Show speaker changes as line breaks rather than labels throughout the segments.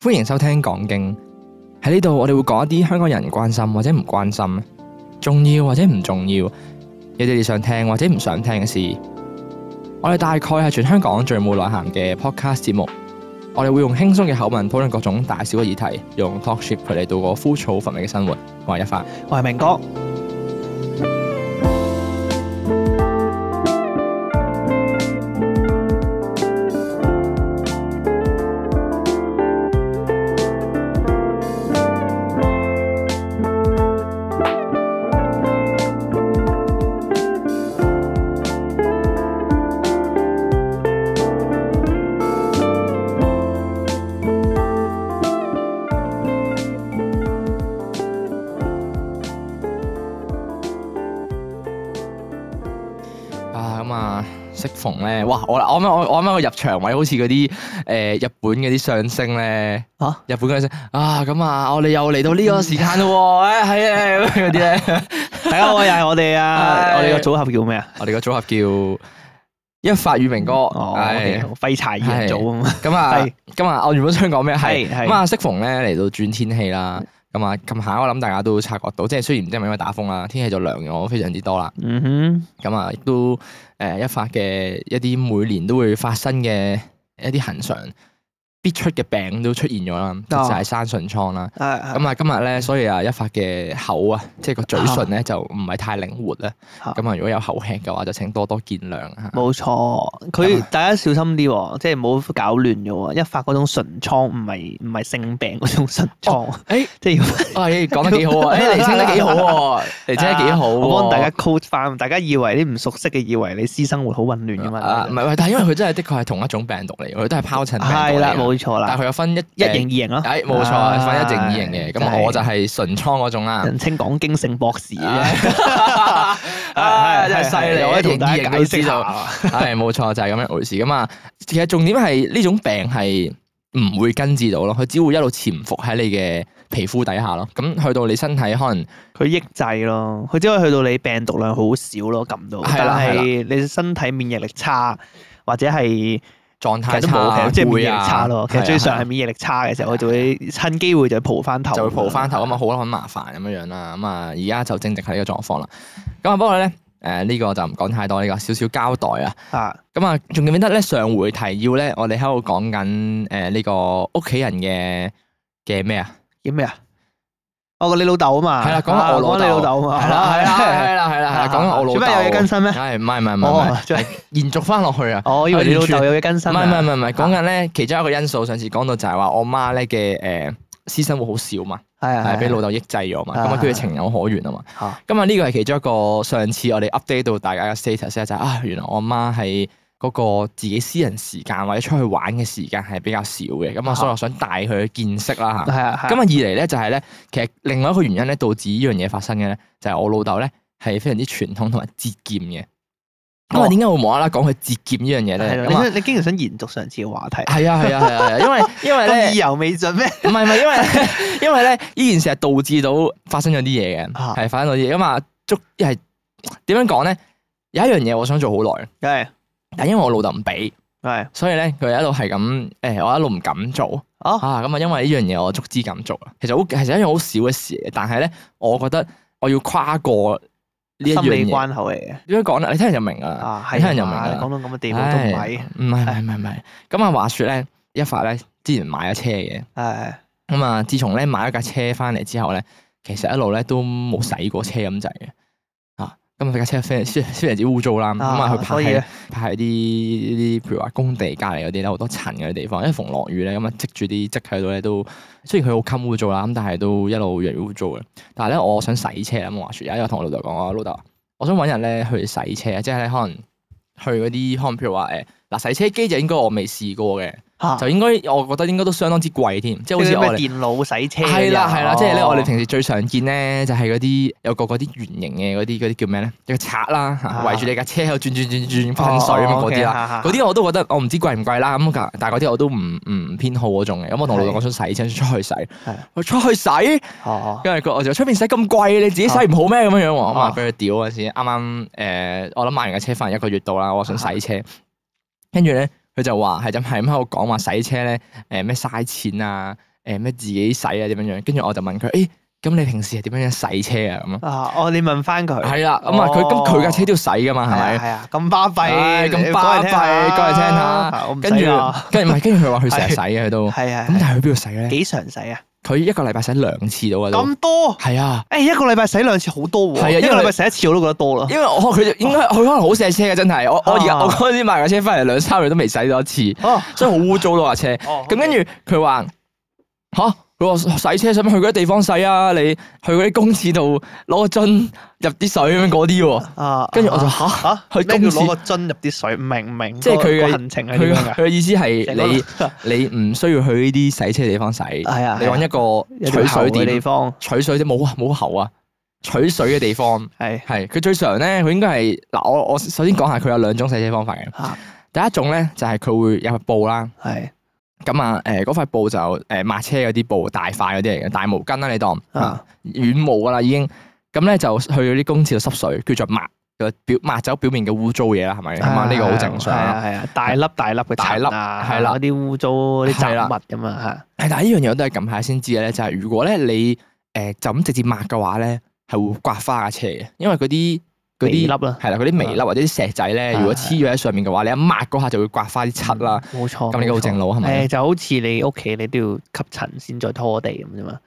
歡迎收聽講經喺呢度，我哋會講一啲香港人關心或者唔關心，重要或者唔重要，有啲你想聽或者唔想聽嘅事。我哋大概係全香港最冇內涵嘅 podcast 節目，我哋會用輕鬆嘅口吻討論各種大小嘅議題，用 talk shit 陪你度過枯燥乏味嘅生活。我係一發，
我係明哥，
啊咁啊，適逢咧，哇！我我啱啱我我啱啱個入場位好似嗰啲呃誒日本嗰啲相聲咧，
嚇
日本嗰啲相啊咁啊，我哋又嚟到呢個時間咯喎，誒 係啊嗰啲 咧，
大家好，又係我哋啊！
係
我哋個組合叫咩啊？
我哋個組合叫一發與明哥，
哦，
係
我哋廢柴二人組啊嘛，
咁啊
係，
咁啊，我原本想講咩係
係係
咁啊，適逢咧嚟到轉天氣啦，咁啊近排我諗大家都察覺到，即係雖然唔知係咪因為打風啦，天氣就涼咗非常之多啦。
嗯
咁啊，亦都誒一發嘅一啲每年都會發生嘅一啲恒常必出嘅病都出現咗
哦
啦，就係生唇瘡啦。
哼，啊
咁啊，今日咧，所以啊，一發嘅口啊，即係個嘴唇咧就唔係太靈活啦。
啊
咁啊，如果有口吃嘅話，就請多多見諒啊。
冇錯，佢大家小心啲喎，即係唔好搞亂咗喎。一發嗰種唇瘡唔係唔係性病嗰種唇瘡，
誒，
即係要
啊，你講得幾 好啊！誒，釐清得幾好喎，釐清得幾好喎。
啊我幫大家 code 翻，大家以為啲唔熟悉嘅以為你私生活好混亂噶
啊，
嘛
唔，係，唔係但係因為佢真係的確係同一種病毒嚟，佢都係疱疹病
係
毒
啦，
嚟嘅。啊
冇錯
但
啦
係，佢有分一
一型二型咯，
誒哎冇
啊
錯，分一正二型嘅，
唉
咁我就係唇瘡嗰種啦。
人稱講經性博士嘅。
啊，真係犀利！
我
我
同大家解釋
就
下。
係冇錯，就係咁樣回事咁啊。其實重點係呢種病係唔會根治到咯，佢只會一路潛伏喺你嘅皮膚底下咯。咁去到你身體可能
佢抑制咯，佢只可以去到你病毒量好少咯，撳到。
係啦係
但係你身體免疫力差，或者係
狀
其
態
實都冇，其
差，
實即係免
攰
疫力
啊
差咯。其實最常係免疫力差嘅時候，佢就會趁機會就蒲翻頭。
就會蒲翻頭咁啊，好啦，好麻煩咁樣樣啦。咁啊，而家就正值係呢個狀況啦。咁啊，不過咧，誒呢個就唔講太多，呢個少少交代啊。
啊！
咁啊，仲記唔記得咧？上回提要咧，我哋喺度講緊誒呢個屋企人嘅嘅咩啊？
叫咩啊？我個你老豆啊嘛。
係啦，講緊我
啊講你
老
老
豆
豆啊嘛。
係啦，係啦，係啦，係啦，係啦，
啊
講緊我老豆。
做咩有嘢更新咩
係唔係唔係唔係唔
哦，即係
係，延續翻落去啊！
我以為你老豆有嘢更
唔係
新啊。
唔係唔係唔係，講緊咧其中一個因素，上次講到就係話我媽咧嘅誒私生活好少嘛，
係啊，係啊
係俾老豆抑制咗嘛，咁
啊
啊
係
佢哋情有可原啊嘛。
嚇
咁啊，呢個係其中一個上次我哋 update 到大家嘅 status 咧，就係啊，原來我媽係嗰個自己私人時間或者出去玩嘅時間係比較少嘅，咁啊，
啊
所以我想帶佢去見識啦嚇。
係啊，係啊
咁啊，二嚟咧就係咧，其實另外一個原因咧導致呢樣嘢發生嘅咧，就係我老豆咧係非常之傳統同埋節儉嘅。咁啊，
哦
點解會無啦啦講佢節儉呢樣嘢
係
咧？
啦
咁啊
你想你經常想延續上次嘅話題，
係啊係啊係啊係啊，因為因為咧
咁。意猶未盡咩？
唔係唔係，因為因為咧 呢件事係導致到發生咗啲嘢嘅，
啊
係發生咗啲嘢咁啊，足係點樣講咧？有一樣嘢我想做好耐，
係
但因為我老豆唔俾，
係
所以咧佢一路係咁誒，我一路唔敢做
哦
啊。咁啊，因為呢樣嘢我足之敢做啊。其實好其實一樣好少嘅事嚟嘅，但係咧，我覺得我要跨過呢一樣
心理
嘢。
關口嚟嘅。
點樣講咧？你聽人就明啦。
啊，
你聽人
係
就明
啊，
啦
你講到咁嘅地步都唔
唉
係，
唔係唔係唔係唔係。咁啊，話説咧，一發咧之前買咗車嘅。
唉，
咁啊，自從咧買咗架車翻嚟之後咧，其實一路咧都冇洗過車咁滯嘅，啊，咁啊架車非常非常之污糟啦，咁啊佢泊
所以
喺
咧
泊喺啲啲譬如話工地隔離嗰啲咧好多塵嘅地方，因為逢落雨咧咁啊積住啲積喺度咧都，雖然佢好襟污糟啦，咁但係都一路越嚟越污糟嘅。但係咧我想洗車啦，咁話説有一日同我老豆講，我話老豆，我想揾日咧去洗車，即係咧可能去嗰啲可能譬如話誒嗱洗車機就應該我未試過嘅，
嚇
就應該我覺得應該都相當之貴添，即係好似
啲
我
咩
哋。
電腦洗車嗰啲啊，
係啦係啦，即係咧，
哦
我哋平時最常見咧就係嗰啲有個嗰啲圓形嘅嗰啲嗰啲叫咩咧？有個刷啦，嚇
啊哦
圍住你架車喺度轉轉轉轉噴水咁樣嗰啲啦。
啦
嗰啲我都覺得我唔知貴唔貴啦，咁但係嗰啲我都唔唔偏好嗰種嘅。咁我同老豆講想洗車，想出去洗
係，
我出去洗，
哦，
跟住佢我就出邊洗咁貴，你自己洗唔好咩咁樣樣喎？咁啊
啊
俾佢屌嗰陣時，啱啱誒我諗買完架車翻嚟一個月到啦，我想洗車，跟住咧佢就話係咁係咁喺度講話洗車咧誒咩嘥錢啊诶咩自己洗啊點樣樣，跟住我就問佢，诶咁你平時係點樣樣洗車啊咁啊？
啊，哦，你問翻佢，
係啦，咁啊佢咁佢架車都要洗噶嘛，係咪？
係啊，咁巴
唉
閉，
咁
你
巴
講嚟聽下
閉講嚟聽下，
啊我唔
跟住
使啦
跟住唔係跟住佢話佢成日洗嘅佢都，咁
係啊，
但係佢邊度洗咧？
幾常洗啊？
佢一個禮拜洗兩次到啊都，
咁多，
係啊。
誒一個禮拜洗兩次好多
係啊
喎，一
因
個
為
禮拜洗一次我都覺得多啦。
因為我佢就應該佢可能好錫車嘅，真係。我我而家
啊
我嗰陣時買架車翻嚟兩三日都未洗多一次，
哦，
所以好污糟咯架車。
咁
哦咁跟住佢話吓，佢話洗車使唔使去嗰啲地方洗啊？你去嗰啲公廁度攞個樽入啲水咁樣嗰啲喎。
啊，
跟住我就吓
吓，
去
咩
公
叫
廁
攞個樽入啲水？唔明唔 明？
即係佢嘅
個行程
佢
係點樣
佢
噶？
嘅意思係
成個
你你唔需要去呢啲洗車地方洗，你
係啊，係啊
揾一個取
有條喉
水
嘅地
點
方
取水啫，冇啊冇喉啊，取水嘅地方。
係
係佢最常咧，佢應該係嗱，我我首先講下佢有兩種洗車方法嘅。
嚇
第一種咧就係佢會有塊布啦，
係
咁啊誒嗰塊布就誒抹車嗰啲布大塊嗰啲嚟嘅，大毛巾啦你當，
啊
軟毛噶啦已經，咁咧就去嗰啲公廁度濕水，叫做抹個表抹走表面嘅污糟嘢啦，係咪？咁啊呢個好正常
係
啦。
啊係啊，大粒大粒嘅
大粒
塵啊，
係啦
嗰啲污糟嗰啲
係啦
雜物咁啊
係，但係呢樣嘢我都係近排先知嘅咧，就係如果咧你誒就咁直接抹嘅話咧，係會刮花架車嘅，因為嗰啲
嚇，
嗰
微
啲
粒啊啦，
係啦，嗰啲微粒或者啲石仔咧，
啊
如果黐咗喺上面嘅話，你一抹嗰下就會刮花啲漆啦。
嗯，冇錯，
啊咁你
冇
好
錯
正路係咪？
誒就好似你屋企你都要吸塵先再拖地咁啫嘛，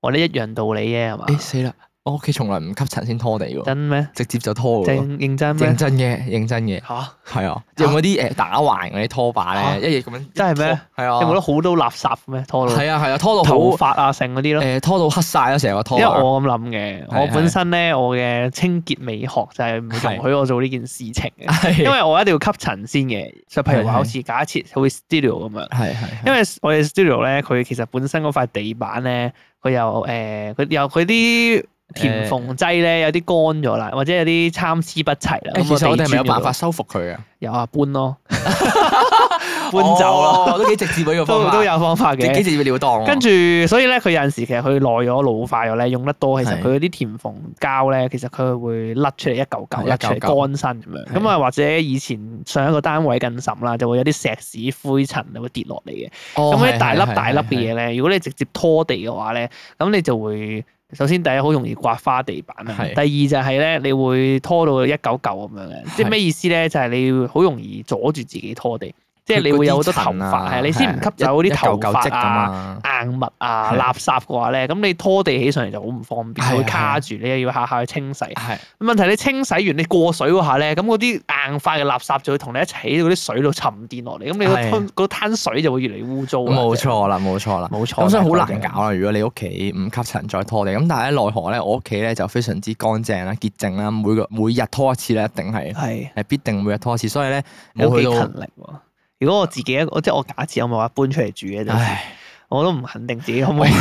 我哋一樣道理啫係嘛？
誒死啦！我屋企從來唔吸塵先拖地喎，
真咩？
直接就拖嘅喎。
真認真咩
認？真嘅，認真嘅，
嚇！
係啊，用嗰啲誒打橫嗰啲拖把咧，一嘢咁樣一拖，
真係咩
係啊，
你冇得好多垃圾咩？拖到
係啊係啊，拖到好
頭髮啊，剩嗰啲咯。
誒，拖到黑晒啦，成個拖
因為
啊。
我咁諗嘅，
係
我本身咧我嘅清潔美學就係唔容許我做呢件事情嘅，
係
因為我一定要吸塵先嘅。就譬如話，
係係
好似假設好似 studio 咁樣，
係係，
因為我哋 studio 咧，佢其實本身嗰塊地板咧，佢又誒，佢、有佢啲填縫劑咧，有啲乾咗啦，或者有啲參差不齊啦。
誒
咁
其實啊我哋
地
係咪有
磚嗰
辦
度
法修復佢啊？
有啊，搬 咯， 搬走咯，
咯，都幾直接嘅呢個哦方
都
法，
都有方法
幾
嘅。
直接了當喎。
跟住，所以咧，佢有陣時其實佢耐咗、老化咗咧，用得多，其實
係
佢嗰啲填縫膠咧，其實佢會甩出嚟一嚿
係
嚿，甩出
一嚿
嚟
嚿
乾身咁樣。
係
咁啊，或者以前上一個單位更甚啦，就會有啲石屎灰塵就會跌落嚟嘅。
哦
咁
係
啲大粒
係
大
係
粒
係
嘅嘢咧，如果你直接拖地嘅話咧，咁你就會首先第一好容易刮花地板啦，
係
第二就係咧你會拖到一嚿嚿咁樣嘅，即
係
係咩意思咧？就係你會好容易阻住自己拖地，即係
佢
你
嗰
會有
啲
好多頭
塵啊
髮，係你先唔吸走
一
嗰
一
啲頭
嚿嚿積
髮
咁
啊。
啊。
硬物啊、
係
垃圾嘅話咧，咁你拖地起上嚟就好唔方便，
係啊
會
係啊
卡住，你又要下下去清洗。
係
問題你清洗完你過水嗰下咧，咁嗰啲硬塊嘅垃圾就會同你一齊喺嗰啲水度沉澱落嚟，咁你個
係
灘嗰灘水就會越嚟越污糟啊。
冇錯啦，冇錯啦。
冇錯，
咁所以好難搞啊啦。如果你屋企唔吸塵再拖地，咁但係咧奈何咧，我屋企咧就非常之乾淨啦、潔淨啦，每個每日拖一次咧，一定係
係
係必定每日拖一次，所以咧
啊你都
冇
幾
去到
勤力喎。如果我自己一個，我即係我假設我咪話搬出嚟住嘅陣時，
唉
我都唔肯定自己可唔可 以，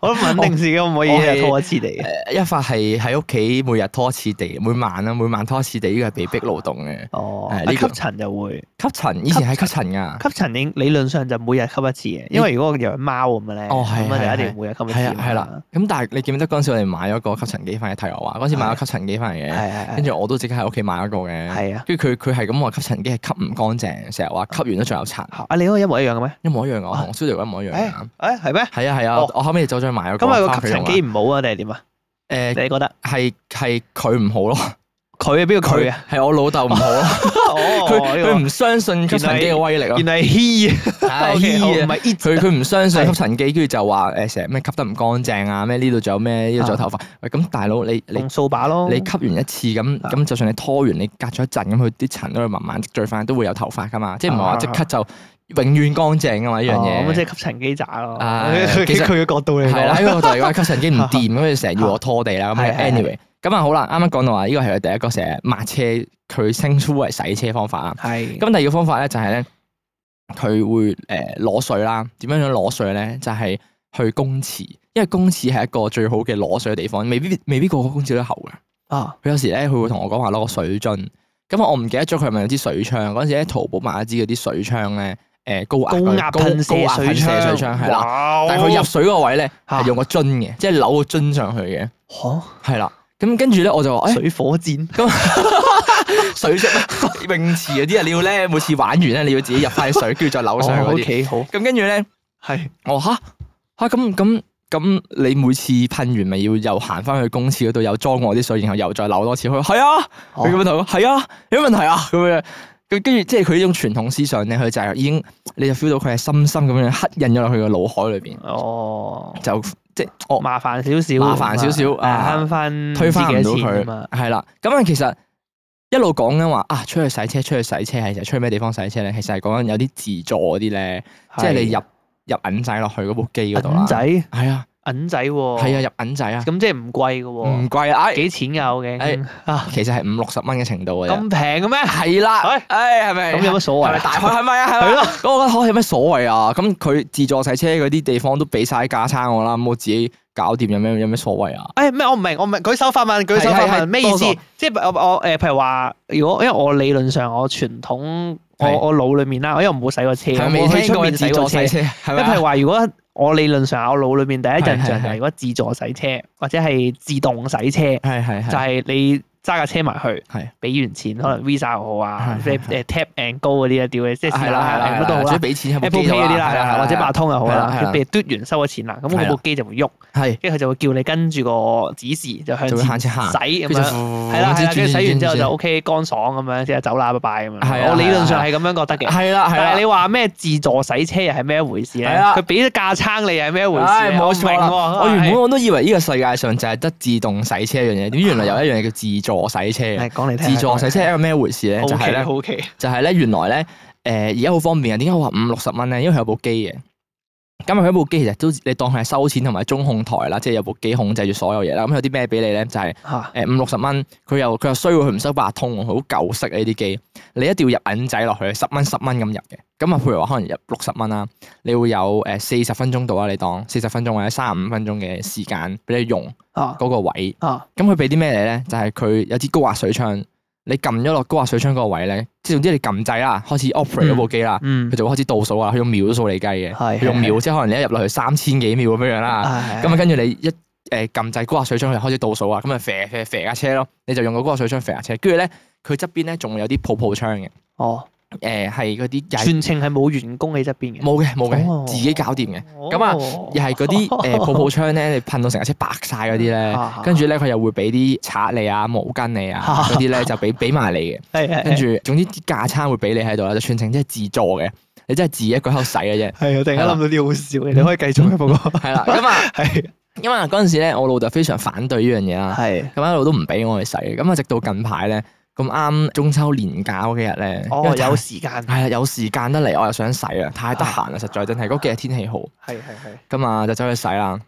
我都唔肯定自己可唔可以
我
一
我係
日拖一次地。
誒一發係喺屋企每日拖一次地，每晚啦，每晚拖一次地，呢個係被逼勞動嘅。
哦，
係
啊
呢
吸
個
塵就會。
吸塵以前係吸塵㗎，
吸塵應理論上就每日吸一次嘅，因為如果我養貓咁嘅咧，
哦係
咁啊
係
就一定每日吸一次
係
㗎
啊
嘛。
係啦。咁但係你記唔記得嗰陣時我哋買咗個吸塵機翻嚟睇我話，嗰陣時買咗吸塵機翻嚟嘅，
係，係係
跟住我都即刻喺屋企買一個嘅。
係啊。
跟住佢佢係咁話吸塵機係吸唔乾淨，成日話吸完都仲有塵。
啊，你嗰個一模一樣嘅咩？
一模一樣噶，啊我同 studio 一模一樣
誒
噶。
誒係咩？
係啊係啊，
啊哎哦
我後尾就走咗去買咗個
咁係
翻
個
屋
吸
企用
塵機唔好啊，定係點
啊。
啊？
誒
你覺得
係係佢唔好咯，
佢係邊個佢啊？
係我老豆唔好咯，
哦，
佢
呢
佢唔相信吸塵機嘅威力
個
咯
原，來係 he 啊
係
OK，好唔
啊
係 it
佢佢唔相信吸塵機，跟住就話誒成日咩吸得唔乾淨啊，咩呢度仲有咩呢度仲有頭
啊
髮，喂咁大佬你你
用掃把咯。
你吸完一次咁
哦啊
咁，就算你拖完你隔咗一陣咁，佢啲塵都會慢慢積聚翻，都會有頭髮噶嘛，即係唔係話即刻就永遠乾淨噶嘛呢樣
啊哦咁
嘢
即。係吸塵機渣咯。
啊
佢
其實
佢嘅角度嚟
係啦，
講，
喺嗰度嚟講，吸塵 機唔掂，咁佢成日要我拖地啦。咁
係係
anyway，咁啊好啦，啱啱講到話呢個係佢第一個成日抹車，佢稱呼為洗車方法啊。
係
咁第二個方法咧就係咧，佢會誒攞水啦。點樣樣攞水咧？就係去公廁，因為公廁係一個最好嘅攞水嘅地方，未必未必個個公廁都有喉嘅。
啊
佢有時咧，佢會同我講話攞個水樽。咁我唔記得咗佢係咪有支水槍。嗰陣時喺淘寶買一支嗰啲水槍咧，誒高壓
高壓
高
噴
高壓
射水
噴射水槍係啦。
啦
但係佢入水嗰個位咧
嚇
係用個樽嘅，即係扭個樽上去嘅，
嚇
係啦。咁跟住咧我就話：，誒、哎
水火箭
水啫， 泳池嗰啲啊，你要咧每次玩完咧，你要自己入翻啲水，跟住再扭上去嗰啲。
哦 OK，好
咁跟住咧，
係
我話吓吓咁咁咁，你每次噴完咪要又行翻去公廁嗰度又裝我啲水，然後又再扭多次。佢話係啊，
哦
佢咁樣同我係啊，有咩問題啊？咁樣咁跟住即係佢呢種傳統思想咧，佢就係已經你就 feel 到佢係深深咁樣刻印咗落佢個腦海裏邊，
哦，
就即係哦我
麻煩少少，
麻煩少少啊
慳翻
推翻唔到
嘛
佢，。係啦。咁啊，其實一路講緊話啊，出去洗車，出去洗車係其實出去咩地方洗車咧？其實係講緊有啲自助嗰啲咧，即係你入入銀仔落去嗰部機嗰度啦。
銀仔
係啊，
銀仔喎，
係啊，入銀仔啊，
咁即係唔貴嘅
唔
喎，
貴啊，唉
幾錢㗎我嘅
誒
啊
其實係啊五六十蚊嘅程度嘅啫。
咁平嘅咩？
係啦哎
唉，
唉，係咪？
咁有乜所謂
係咪
啊？
大海係咪啊？係咪
係咯，
咁我覺得嚇有咩所謂啊？咁佢自助洗車嗰啲地方都俾晒架撐我啦，咁我自己搞掂有咩有咩所謂啊？
誒咩？哎我唔明，我唔明，舉手發問，舉手發
係係
問，
係
咩意思
多數？
即係我我誒，譬如話，如果因為我理論上我傳統，
係
我我腦裡面啦，因為我冇洗過車，
係咪
我
未
去
聽
出
過
面
自
洗
助
過車
洗。車？係
即
咪
係譬
啊
如？話，如果我理論上我腦裏面第一印象就
係係係
係如果自助洗車或者係自動洗車，
係係
就
係。
係你揸架車埋去
係，
俾完錢，可能 Visa 又好啊
係，
即係誒 Tap and Go 嗰啲啊，屌你，即係
係啦係
是但
啦
係
係
乜都
啦，
好
或者
啦
俾錢喺部
Apple
機
Pay
度啊
嗰啲啦，
係
係啦，或者
係
八達通又好
係啦係啦
啦，譬如嘟完收咗錢啦，咁
係
我
啦
部機就會喐，
係，
跟住佢就會叫你跟住個指示就向
就會
前
行
洗
前行
咁
跟住
樣。係啦係啦，跟住洗完之後就
係
OK 乾爽咁樣，即係走啦，拜拜咁
係啊
樣。我理論上係咁樣覺得嘅。
係啦係
但係啊
啦
你。話咩自助洗車又係咩一回事咧？
係啊
佢俾咗架撐你係咩一回事
唉，
咧？
冇
我唔
錯
明
啦！
喎
我原本我都以為呢個世界上就係得自動洗車一樣嘢，點知原來有一樣嘢叫自助洗車嘅。
係講嚟聽下。
自助洗車係一個咩回事咧？就係咧，
O K
就係咧，原來咧，誒而家好方便啊！點解我話五六十蚊咧？因為佢有部機嘅。咁佢部機其實都你當佢係收錢同埋中控台啦，即係有部機控制住所有嘢啦。咁有啲咩俾你咧？就係
嚇
呃誒五六十蚊，佢又佢又衰喎，佢唔收八達通喎，佢好舊式啊呢啲機。你一定要入銀仔落去，十蚊十蚊咁入嘅。咁啊，譬如話可能入六十蚊啦，你會有誒四十分鐘到啊啦，你當四十分鐘或者三十五分鐘嘅時間俾你用
啊
嗰個位。
啊
咁佢俾啲咩你咧？就係、佢有支高壓水槍，你撳咗落高壓水槍嗰個位咧，即係總之你撳掣啦，開始 operate
嗯
嗰部機啦，
嗯
佢、就會開始倒數啊，佢用秒數嚟計嘅，
係
佢用秒即係可能你一入落去三千幾秒咁樣樣啦，咁
咁
啊跟住你一誒撳掣高壓水槍，佢就開始倒數啊，咁啊啡啡啡架車咯，你就用個高壓水槍啡架車，跟住咧佢側邊咧仲會有啲泡泡槍嘅，
哦
誒係嗰啲又係
全程係冇員工喺側邊嘅。
冇嘅冇
哦
嘅，自己搞掂嘅。咁啊
哦
又係嗰 啲誒泡泡槍咧，你噴到成架車白晒嗰啲咧
啊，
跟住咧佢又會俾啲刷你啊、毛巾你 啊
啊
嗰啲咧就俾俾埋你嘅，
係係。
跟住總之啲架撐會俾你喺度啦，就全程即係自助嘅，你真係自己一個喺度洗嘅啫
係啊！突然間諗到啲好笑嘅，你可以繼續嘅不過
係啦，咁啊，
係
因為嗰陣時咧，我老豆非常反對呢樣嘢啦，
係
咁一路都唔俾我去洗，咁啊直到近排咧，咁啱中秋年假嗰幾日咧，因
哦
為太
有時間
係啦，有時間得嚟，我又想洗啊，太得閒啦，實在真係嗰幾日天氣好。
係係係
咁啊就走去洗啦。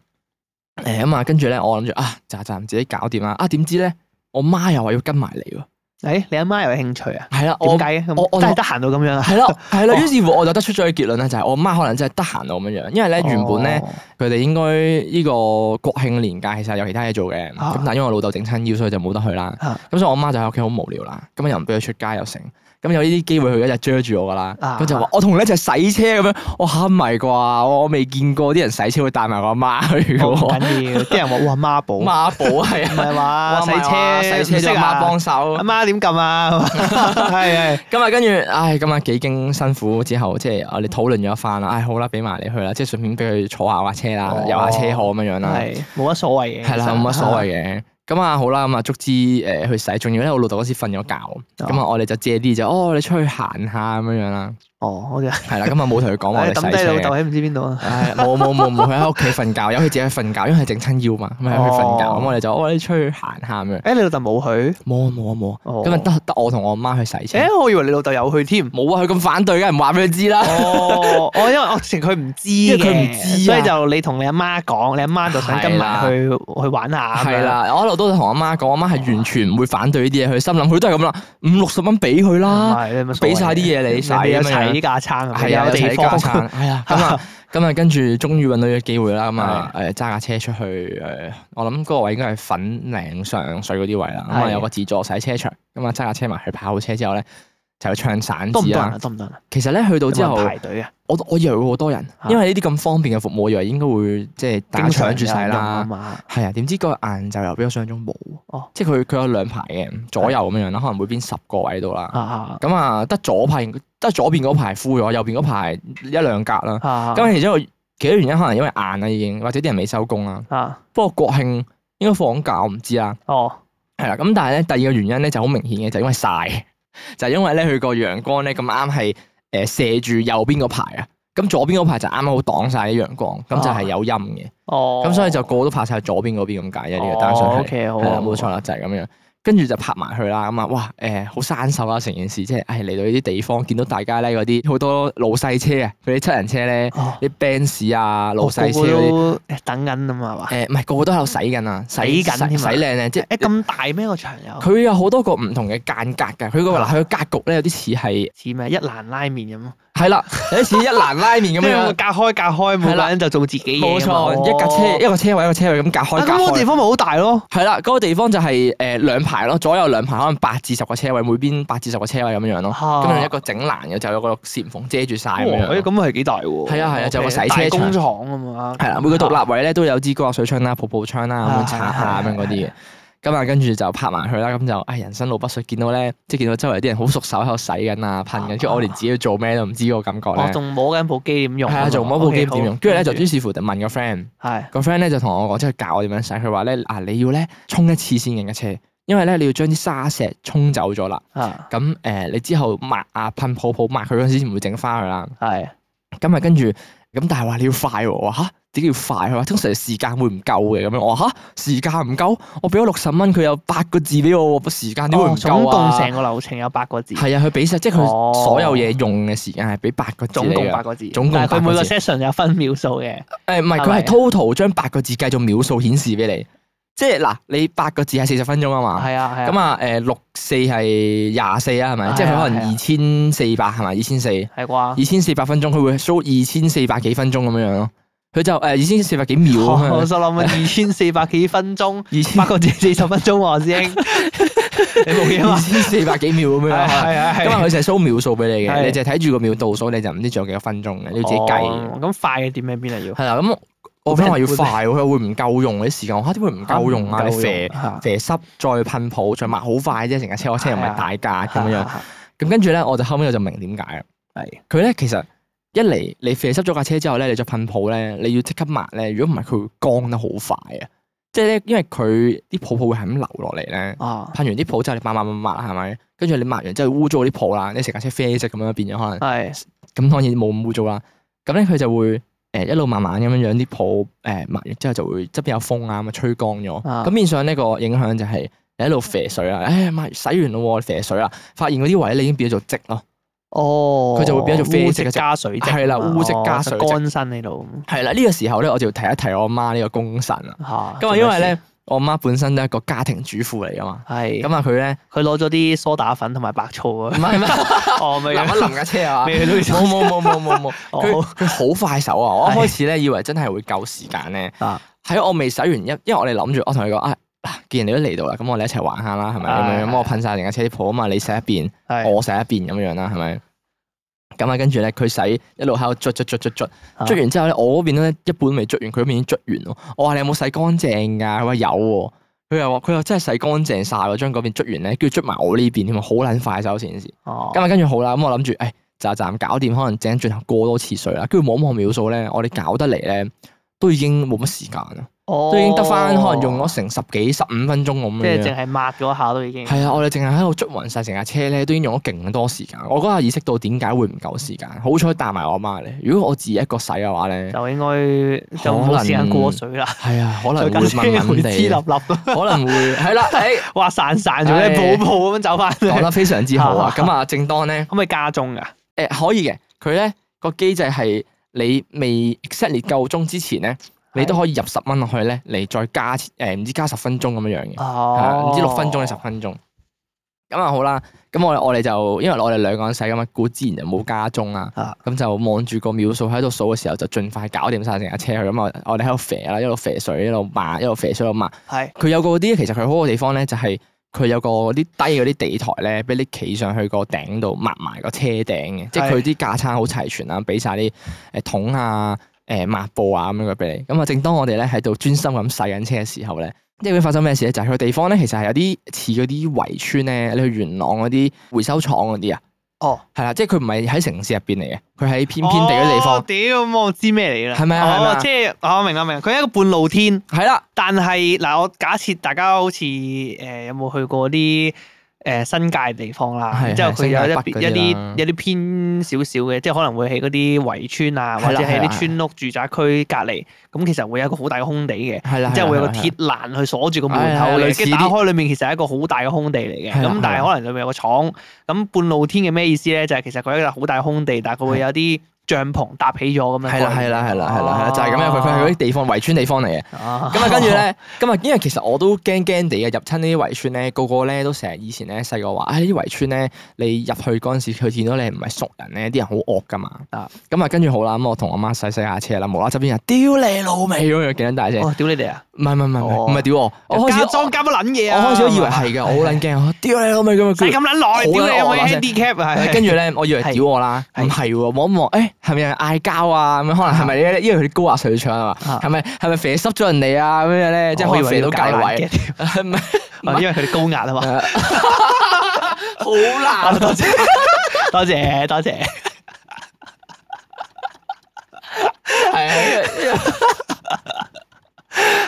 誒咁啊，跟住咧，我諗住啊，咋咋自己搞掂啦。啊，點知咧，我媽又話要跟埋嚟喎。
誒你阿媽有興趣啊？
係啦，我
點解嘅？
我
咁
我
真係得閒到咁樣啊？
係 啦，係啦。
哦
於是乎我就得出咗個結論咧，就係我媽可能真係得閒到咁樣樣。因為咧原本咧，
哦
佢哋應該呢個國慶年假其實有其他嘢做嘅，
啊
咁但係因為我老豆整親腰，所以就冇得去啦。
啊
咁所以我媽就喺屋企好無聊啦，咁又唔俾佢出街又成，咁有呢啲機會佢一日遮住我噶啦，
啊
咁就話我同你一齊洗車咁樣，我嚇唔係啩？我我未見過啲人洗車會帶埋我阿媽去嘅
哦唔
喎。
緊要，啲人話哇媽寶，
孖
唔
寶係 啊，
係話
哇
洗車
洗車
唔識
就
啊
媽幫手。
阿媽點撳啊？ 係係
咁啊，跟住唉，咁啊幾經辛苦之後，即係我哋討論咗一番啦。唉，好啦，俾埋你去啦，即係順便俾佢坐下架車啦
哦，
遊下車河咁樣樣啦。
係冇乜所謂嘅，
係啦，
其實
冇乜所謂。嘅。咁啊，好啦，咁啊，足之誒去洗，仲要咧，我老豆嗰時瞓咗
哦
覺，咁啊，我哋就借啲就哦，你出去行下咁樣樣啦。
哦，好嘅。
係啦，咁啊冇同佢 講話我哋
唉哎抌
洗
低
車
老豆
嘅。
喺唔知邊度啊！
唉，冇冇冇冇，佢喺屋企瞓覺，由佢自己瞓覺，因為佢整親腰嘛，咁啊由佢瞓覺，
哦
咁我哋就哦，你出去行下咁樣。
誒，你老豆冇去？
冇啊冇啊冇啊，
哦
咁啊得得我同我媽去洗車。。
誒，我以為你老豆有去添
冇啊，佢咁反對，梗係唔話俾佢知啦。
哦，我 因為我成佢唔知
因為
嘅，
佢唔知啊
所以就你同你阿媽講，你阿媽就想跟埋去去玩下咁樣。
係啦，我一路都同我媽講，我媽係完全唔會反對呢啲嘢，佢心諗佢都係咁啦，五六十蚊俾佢
唔
啦，
係，你咪
啊俾晒啲嘢你洗
人哋有
咁樣
齊啲架撐，
係啊，
有
有齊
地
家
方。
產， 係啊，咁啊，咁啊，跟住終於揾到嘅機會啦，咁啊，誒揸架車出去，誒我諗嗰個位應該係粉嶺上水嗰啲位啦，咁啊
係
有個自助洗車場，咁啊揸架車埋去跑車之後咧，就去唱散
多唔
紙
多人啊？
啦。
多唔多人啊？
其實咧去到
有
之後
冇人。排隊啊？
我我以為會好多人，
啊
因為呢啲咁方便嘅服務，我以為應該會即係大家搶住晒啦
經常有人用啊。嘛
係啊，點知嗰個晏晝又比我想象中冇喎，
哦
即係佢佢有兩排嘅左右咁樣啦，可能每邊十個位度啦。
啊啊
咁啊，得左排得左邊嗰排敷咗，右邊嗰排一兩格啦。
啊！
咁其中一個其他原因可能因為晏啦已經，或者啲人未收工啦。
啊，
不過國慶應該放假，我唔知啦。
哦，
係啦，咁但係咧第二個原因咧就好明顯嘅， 就因為晒，就係因為咧佢個陽光咧咁啱係誒射住右邊嗰排啊，咁左邊嗰排就啱啱好擋晒啲陽光，咁就係有陰嘅。
哦，
咁所以就個個都拍晒左邊嗰邊咁解啫，呢個單
哦
純係
，OK，好，
係啦，冇錯啦，就係咁樣。跟住就拍埋去啦，咁啊，哇，誒好生手啦，成件事即係，唉嚟到呢啲地方，見到大家咧嗰啲好多老細車啊，嗰啲七人車咧，
哦，
啲 Benz 啊，老細車
個個
嗰啲，
都等緊啊嘛，係嘛？
誒唔係個個都喺度洗緊啊，洗
洗緊添
洗
啊
靚咧，即係
誒咁大咩個場有？
佢有好多個唔同嘅間隔㗎，佢個嗱
啊
佢個格局咧有啲似係
似咩一蘭拉麵咁咯，
係啦，有啲似一蘭拉麵咁
咁 樣
樣
隔，開隔開，每
係啦
個人就做自己嘢
冇
咁咯。
錯，一架車一個車位一個車位咁隔開
啊
隔
咁
開
個。地方咪好大咯。
係啦，嗰、個地方就係誒兩排咯，左右兩排可能八至十個車位，每邊八至十個車位咁樣樣咯。
咁
咁就一個整欄嘅，就有個簾縫遮住晒咁樣樣。
哎咁係幾大喎？哦
係啊係啊就有個洗車場
大工廠啊嘛。
係啦，每個獨立位咧都有支高壓水槍啦、泡泡槍啦咁樣擦下咁樣嗰啲嘅。咁啊，跟住就拍埋佢啦，咁就唉、哎人生路不熟，見到咧，即係見到周圍啲人好熟手喺度洗緊啊、噴緊，跟住我連自己要做咩都唔知嗰個感覺
我
咧。
哦仲摸緊部機點用。
啊
哦
係啊，做摸部機點用？跟住咧就於
係
是乎就問個 friend。
嗯係
個 friend 咧就同我講，即係教我點樣洗。佢話咧啊，你要咧沖一次先嘅車，因為咧你要將啲沙石沖走咗啦。
啊
咁誒、呃你之後抹啊噴泡泡抹佢嗰陣時，唔會整花佢啦。
係
咁啊，跟住咁，但係話你要快喎，我話嚇點解要快？佢話通常時間會唔夠嘅咁樣。我話嚇時間唔夠，我俾咗六十蚊，佢有八個字俾我喎，時間點會
哦
唔
總
夠
共
啊？
成個流程有八個字，
係啊，佢俾晒，即係佢
哦
所有嘢用嘅時間係俾八個字
總
你
共八
嘅。
個字。
總共八
但
個字
係佢每個 session 有分秒數嘅。
誒唔係，
係
佢係
咪
total 將八個字計做秒數顯示俾你。即係嗱，你八個字係四十分鐘啊嘛。
係啊係啊。
咁啊誒六四係廿四啊，係咪？即係佢可
係啊係
能
啊
二千四百係咪？二千四。
係啩？
二千四百分鐘，佢會 show 二千四百幾分鐘咁樣樣咯。佢就誒二千四百幾秒咁
我
樣，
心諗啊二千四百幾分 鐘，
二千
八個字四十分鐘喎，師 兄，你冇啊嘢嘛
二？千四百幾秒咁樣啊
係
樣。
係係
今
係
日佢就係 show 秒數俾你嘅，
係
你就係睇住個秒倒數，你就唔知仲有幾多分鐘嘅，你要自己計嘅。
哦咁快嘅點喺邊啊？要
係啦，咁我 friend 話要快喎，佢話會唔夠用啲時間，我嚇點會唔夠用啊？你肥
嚇
肥濕再噴泡再抹好快啫，成架車我車又唔係大 架咁樣樣。
嚇
咁跟住咧，我就後尾我就明點解啦。佢
係
咧其實一嚟你啡濕咗架車之後咧，你再噴泡咧，你要即刻抹咧。如果唔係，佢會乾得好快啊！即係咧，因為佢啲泡泡會係咁流落嚟咧。
啊
噴完啲泡之後，你抹抹抹抹係咪？跟住你抹完之後污糟啲泡啦，你成架車啡色咁樣變咗可能。
係
咁當然冇咁污糟啦。咁咧佢就會誒、一路慢慢咁樣樣啲泡誒、抹完之後就會側邊有風啊咁啊吹乾咗。
啊
咁變相呢個影響就係、你一路啡水啦，誒抹洗完咯喎，啡水啦，發現嗰啲位你已經變咗做積咯。
哦，
佢就會變咗做啡
污
色嘅
跡加水跡，
係啦污跡加
哦
水
就
跡
乾身喺度
係啦，呢、個時候咧，我就要提一提我媽呢個功臣啦。
嚇。
咁啊，因為咧，我媽本身都係一個家庭主婦嚟噶 嘛。
係咁，
咁啊，佢咧
佢攞咗啲蘇打粉同埋白醋 啊
唔，係唔係
哦咪
淋一淋架車 啊！
未去到呢種
冇冇冇冇冇冇，佢
哦
佢好快手啊！我一
係
開始咧以為真係會夠時間咧，
啊
喺我未洗完一，因為我哋諗住我同佢講啊，嗱既然你都嚟到啦，咁我哋一齊玩下啦，係咪咁
係
樣？咁我噴晒成架車啲泡啊嘛，你洗一遍，
係
我洗一遍咁樣啦，係咪？咁啊，跟住咧，佢洗一路喺度捽捽捽捽捽。
啊
捽完之後咧，我嗰邊咧一半未捽完，佢嗰邊已經捽完咯。我話你有冇洗乾淨㗎？佢話有喎。佢又話佢又真係洗乾淨晒喎，將嗰邊捽完咧，跟住捽埋我呢邊添喎，好撚快手成件事。
哦
咁啊，跟住好啦，咁我諗住，誒，暫暫搞掂，可能整轉頭過多次水啦。跟住望一望秒數咧，我哋搞得嚟咧，都已經冇乜時間啦，
哦
都已經得翻可能用咗成十幾十五分鐘咁
即係
樣樣。
淨係抹嗰下都已經
係啊，我哋淨係喺度捽勻晒成架車咧，都已經用咗勁多時
嗯
間。我嗰下意識到點解會唔夠時間，好彩帶埋我媽咧。如果我自己一個洗嘅話咧，
就應該就冇時間過水啦，
係啊，可能
再
會
加車
問
會
問
黐粒
地，
粒咯。
可能會係 啦，誒，
哇散散咗
唉
咧，抱抱咁樣走翻
講
嚟，
得非常之好啊！咁啊，正當咧，
可唔可以加鐘噶？
誒可以嘅，佢咧個機制係你未 exactly 夠鐘之前咧，你都可以入十蚊落去咧，嚟再加誒唔知加十分鐘咁樣樣嘅，係啊
哦
唔知六分鐘定十分鐘。咁啊好啦，咁我我哋就因為我哋兩個人使咁啊，故之然就冇加鐘啦。
啊
咁就望住個秒數喺度數嘅時候，就盡快搞掂晒成架車去。咁啊，我哋喺度啡啦，一路啡水，一路抹，一路啡水，一路抹。
係
佢有個嗰啲，其實佢好嘅地方咧，就係佢有個嗰啲低嗰啲地台咧，俾你企上去個頂度抹埋個車頂嘅，即係
係
佢啲架撐好齊全啦，俾晒啲誒桶啊、誒抹布啊咁樣嘅俾你。咁啊，正當我哋咧喺度專心咁洗緊車嘅時候咧，即係會發生咩事咧？就係、佢個地方咧，其實係有啲似嗰啲圍村咧，你去元朗嗰啲回收廠嗰啲啊，
哦，
係啦，即係佢唔係喺城市入邊嚟嘅，佢喺偏偏地嗰啲地
哦
方，
屌，咁我知咩嚟啦？
係咪啊係咪啊
哦，即係哦我明啦明啦，佢係一個半露天，
係啦，
但係嗱，我假設大家好似誒有冇去過啲誒新界地方啦，
係
然之後
係
佢有一
新界
邊
北嗰
有
啲啦
啲有啲偏少少嘅，即係可能會喺嗰啲圍村啊，
係啦
或者
係啦
喺啲村屋住宅區隔離，咁其實會有一個好大嘅空地嘅。
係啦，
即係會有個
係啦
鐵欄去鎖住個門
係
口
係係類
嘅，
似
跟住
啲
打開裏面其實係一個好大嘅空地嚟嘅。
係啦啊
咁但
係啦
係可能裏面有個廠，咁半露天嘅咩意思咧？就係其實佢係一個好大嘅空地，但係佢會有啲帳篷搭起咗咁樣。
係啦係啦係啦係啦係啦，就係咁樣，佢佢係嗰啲地方圍村地方嚟嘅。
啦
咁啊，跟住， 咧，咁啊，因為其實我都驚驚地嘅，入親呢啲圍村咧，個個咧都成日以前咧細個話，唉呢啲圍村咧，你入去嗰陣時，佢見到你唔係熟人咧，啲人好惡噶嘛
啊。
咁啊，跟住好啦，咁我同我媽洗洗下車啦，無啦側邊人屌你老味咁樣，幾撚大聲？
哦，屌你哋啊！
唔係唔係唔係唔係唔係屌我，我開
加
始
裝加乜撚嘢
我
啊！
開始都以為係 嘅，我好撚驚，我屌你老味咁
使
樣
咁撚耐，屌你有冇 handicap 啊 係
跟住咧，我以為屌我啦，唔
係
係喎，望一望，誒係咪有人嗌交啊？咁樣可能係咪咧？因為佢啲高壓水槍啊嘛，
啊
係咪係咪肥濕咗人哋啊？咁樣咧，即係可以肥到隔位。
嘅，
唔 係
因為佢哋高壓啊 嘛。
好難，
多謝 多謝多謝，
係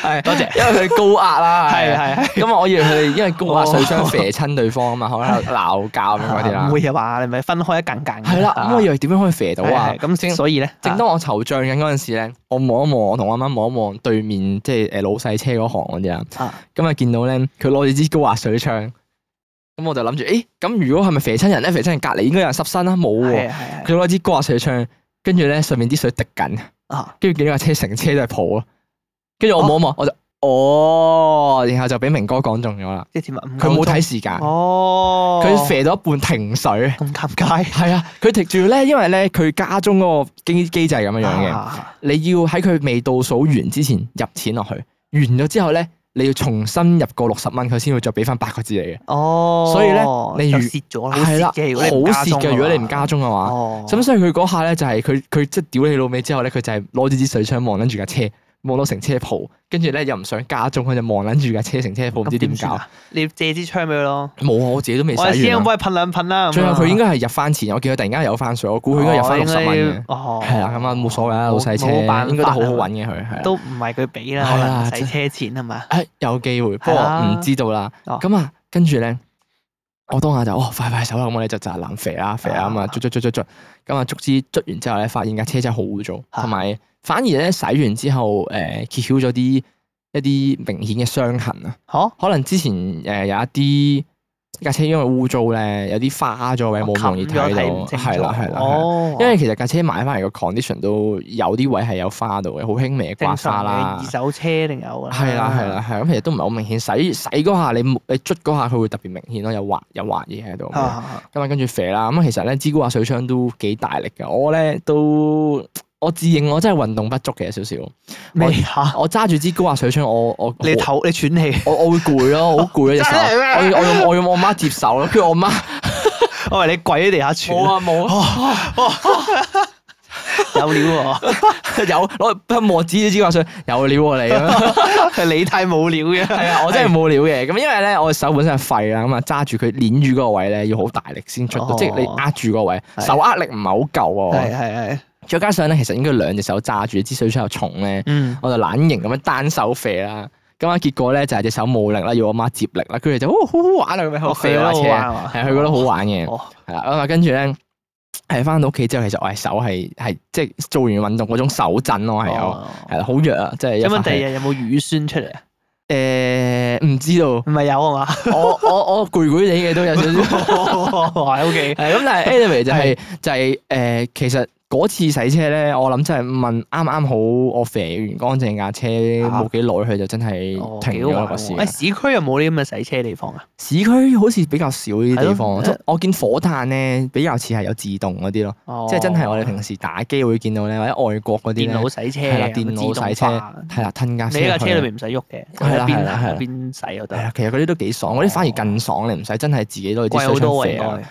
係
多謝
因為佢高壓啦，
係係係。
咁我以為佢哋因為高壓水槍射親對方啊嘛，可能鬧交咁樣嗰啲啦
唔。 會啊嘛，你咪分開一間間。
係啦，咁我以為點樣可以射到啊
係係？咁
正
所以啊咧，
正當我惆悵緊嗰陣時咧，我望一望，我同我媽望一望對面，即係誒呃老細車嗰行嗰啲啦。
啊
咁啊見到咧，佢攞住支高壓水槍，咁我就諗住，誒咁如果係咪肥親人咧？肥親人隔離應該有人濕身啦，冇喎。
係係
佢攞支高壓水槍，跟住咧上面啲水滴緊，
啊，
跟住見到架車成車都係泡咯。跟住我
哦
望一望，我就哦，然後就俾明哥講中咗啦。
即係點啊？唔夠
佢冇
鐘
睇時間，
哦，
佢射到一半停水。
咁尷尬
係啊，佢停住咧，因為咧佢家中嗰個機機制係咁樣樣嘅。
嘅，
你要喺佢未倒數完之前入錢落去，完咗之後咧，你要重新入過六十蚊，佢先會再俾翻八個字你嘅。
哦，
所以呢你
就
如
蝕咗啦，
係啦，
好蝕嘅，如果你
好蝕嘅，如果你唔加鐘
鐘
嘅
嘅話
話，
哦，
咁所以佢嗰下咧就係佢佢即係屌你老味之後咧，佢就係攞住支水槍望撚住架車，望到成車鋪，跟住咧又唔想加鐘，佢就望撚住架車成車鋪，唔知點
咁點算
搞。
啊？你借支槍俾佢咯，
冇啊，我自己都未
我哋
使
師
完
兄
啊。
幫佢噴兩噴啦。咁
最後佢
啊
應該係入翻錢，我見佢突然間有翻水，我估佢應該入翻六十蚊嘅。，
哦，
係啦，咁啊冇所謂啦，老細車
冇辦法啊
應該都好好揾嘅佢。係啊
都唔係佢俾啦，
係
可
啦
能使車錢係嘛？
誒哎有機會，不
係
過
啦
唔知道啦。
哦
咁啊，跟住咧，我當下就哦快快手啦，咁我哋就就係攬肥啦，肥啦咁啊，
啊
捽捽捽捽捽，咁啊，卒之捽完之後咧，發現架車真係好污糟，
啊
同埋反而咧洗完之後，誒揭曉咗啲一啲明顯嘅傷痕啊，
嚇，
可能之前誒有一啲架車因為污糟咧，有啲花咗位冇咁容易睇
啊冚咗唔
到，
清楚
係啦係啦係啦。
哦，
因為其實架車買翻嚟個 condition 都有啲位係有花到嘅，好輕微嘅刮花
正常
啦
嘅二。手車定有啦，
係啦係啦係啦，咁其實都唔係好明顯，洗洗嗰下你你捽嗰下佢會特別明顯咯，有滑有滑嘢喺度。
啊，
咁
啊啊
啊跟住肥啦，咁啊其實咧支高壓水槍都幾大力嘅，我咧都我自認我真係運動不足嘅少少，
咩嚇？
我揸住支高壓水槍，我我
啊你唞你喘氣。
我我會攰 咯，我好攰咯隻手，
真係
我
咩
要我要我要我媽接手咯，跟住我媽
我話你跪喺地下喘，
啊冇啊，
有料 喎，
有攞筆磨紙支高壓水有料喎你咁樣。
係你太冇料嘅。
係啊，我真係冇料嘅。咁因為咧，我手本身係廢啦，咁啊揸住佢捻住嗰個位咧，要好大力先出到，
哦
即係你握住嗰個位，
係
手握力唔係好夠
係
啊。
係係，
再加上咧，其實應該兩隻手揸住支水槍又重咧，
嗯，
我就懶型咁樣單手射啦。咁啊，結果咧就係隻手冇力啦，要我媽接力啦，跟住就哦好好玩啊咁樣喺度
我
射架車，
啊
係佢覺得好玩嘅。
哦，
係啦，咁啊，跟住咧係翻到屋企之後，其實我係手係係即係做完運動嗰種手震咯，係有
哦
係啦，好弱啊，即係一
咁
發
問第
起
二日有冇乳酸出嚟啊？
誒唔知道。
唔係有 啊嘛
我我我攰攰地嘅都有少少，
係？O K，
係咁，但係 anyway 就係就係誒，其實嗰次洗車咧，我諗真係問啱啱好，我肥完乾淨架車
啊
冇幾耐，佢就真
哦
係哦停咗個
誒，
事。
市區有冇啲咁嘅洗車地方啊？
市區好似比較少呢啲地方，
係咯
即係我見火炭咧比較似係有自動嗰啲咯，即係真係我哋平時打機會見到咧，或者外國嗰啲
哦電
咧
腦洗車，
係啦，哦電腦洗車係啦，吞架
你
車
喺架
入
車
去
裏
啊。
面唔使喐嘅，
係啦
一
係啦係啦
邊邊洗就得
係
啦，
啦，其實嗰啲都幾爽，嗰啲反而更爽，你唔使真係自己攞啲
貴
水
好
槍
多喎
射
應
啊。
該，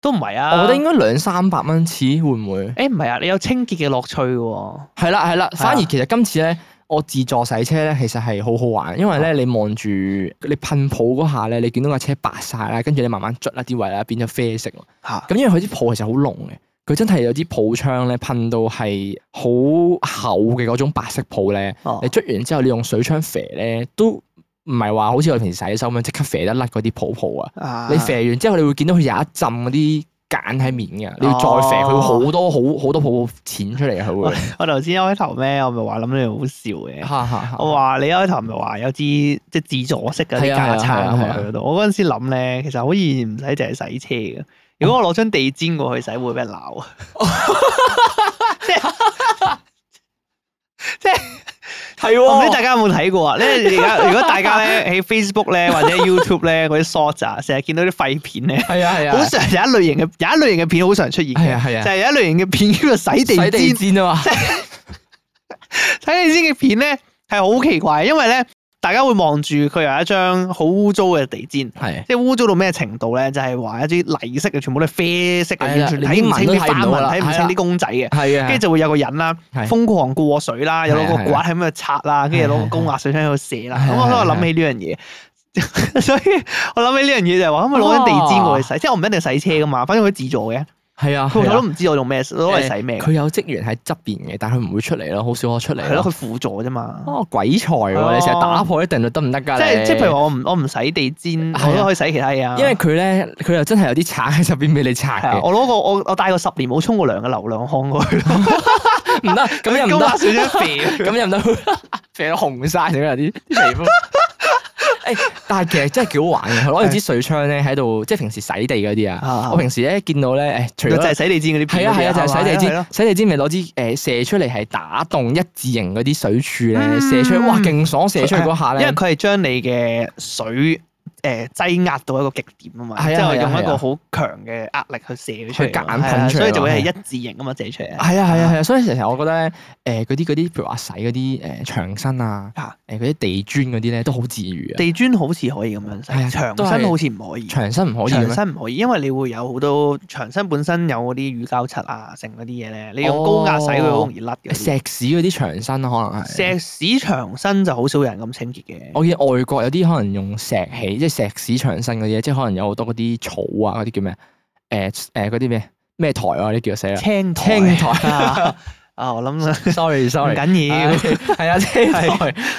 都唔係啊。
我覺得應該兩三百蚊次會唔會？
誒唔係啊，你有清潔嘅樂趣嘅喎。
係啦係啦，
啊
反而其實今次咧，我自助洗車咧，其實係好好玩，因為咧你望住你噴泡嗰下咧，你見到架車白晒啦，跟住你慢慢捽啦啲位啦，變咗啡色喎。
嚇
咁因為佢啲泡其實好濃嘅，佢真係有啲泡槍咧噴到係好厚嘅嗰種白色泡咧，
哦
你捽完之後你用水槍肥咧都唔係話好似我哋平時洗手咁樣即刻肥得甩嗰啲泡泡啊。
啊
你肥完之後，你會見到佢有一浸嗰啲揀喺面嘅，你要
哦
再肥，佢會好多好好多泡泡濺出嚟嘅，啊佢會。
我頭先一開頭咩，我咪話諗你好笑嘅。
哈哈哈
我話你一開頭咪話有支即係自助式嗰啲
係啊
架撐啊
係啊
嘛
係啊
去到，我嗰陣時諗咧，其實可以唔使淨係洗車嘅。如
哦
果我攞張地氈過去洗，會俾人鬧啊！即係即係
係
哦我唔知
喎，
大家有冇睇過啊？咧而家如果大家咧喺 Facebook 咧或者 YouTube 咧嗰啲 short 啊，成日見到啲廢片咧，
係啊係啊，
好常有一類型嘅有一類型嘅片好常出現
係
嘅，
啊係
就
啊，
係有一類型嘅片叫做洗地
洗
氈
地。氈啊嘛，
睇你知嘅片咧係好奇怪，因為咧大家會望住佢有一張好污糟嘅地氈，
係
即係污糟到咩程度咧？就係、話一啲泥色嘅，全部都係啡色嘅，
係啦
完全睇
連
唔
啲紋
清
都
啲
睇唔
花
到
紋，
啦
睇唔
係
清
啦
啲公仔嘅。
係啊，
跟住就會有個人啦，
係
瘋狂過水啦，有攞個
係係
刮喺咁度擦啦，跟住攞個高壓水槍喺度射啦。
係
咁我
係
所以我諗起呢樣嘢， 所以我諗起呢樣嘢就係話，可唔可以攞張地氈過去洗？即係我唔一定洗車噶嘛，反正佢自助嘅，
係啊，
佢
哦係啊
頭都唔知我用咩，攞嚟洗咩，
佢有職員喺側邊嘅，但係佢唔會出嚟咯，好少可出嚟
係咯，
咯。
佢輔助啫嘛。
哦，鬼才
哦
喎！你成日打破啲定律得唔得㗎？
即係
你
即係譬如我唔我唔洗地氈，
係啊
我都可以洗其他嘢啊。
因為佢咧，佢又真係有啲刷喺側邊俾你刷
係啊
嘅，
我攞個我我帶個十年冇沖過涼嘅流量康過去咯，
唔得，咁又唔
高
得
壓，水槍 肥。
咁又唔得，肥到紅晒成個人啲啲 皮膚。誒，哎但係其實真係幾好玩嘅，佢攞住支水槍咧喺度，即係平時洗地嗰啲啊。
啊
我平時咧見到咧，誒，除
就
咗
係洗地氈嗰啲
係
片嗰
啊
啲，
係啊，就係洗地
係咯
氈，洗地氈咪攞支誒射出嚟係打洞一字形嗰啲水柱咧，
嗯
射出去，哇勁爽！射出去嗰下
因為
咧，
佢係將你嘅水誒擠壓到一個極點啊嘛，
係
即
啊係啊
係用一
係啊
個好強嘅壓力去射佢出嚟，
去夾硬
係啊
噴出嚟
所以就會係
咯
一字形咁啊射出嚟啊。
係啊係啊係啊，所以成日我覺得咧，誒嗰啲嗰啲譬如話洗嗰啲誒長身啊
啊，
誒嗰啲地磚嗰啲咧都好治愈啊。
地磚好似可以咁
係
樣
啊
洗，長
都係
身好似唔可以。
長身唔可以嘅
長
咩？
身唔可以，因為你會有好多長身本身有嗰啲乳膠漆啊，剩嗰啲嘢咧，你用高壓洗佢好容易甩嘅。
石屎嗰啲長身啊可能係。
石屎長身就好少人咁清潔嘅。
我見外國有啲可能用石起，即係石屎長身嗰啲，即係可能有好多嗰啲草啊，嗰啲叫咩？誒誒嗰啲咩咩台啊？你叫死 啦！
青苔
青苔
啊， 啊我諗唔
sorry sorry，
緊要，
係 啊，青台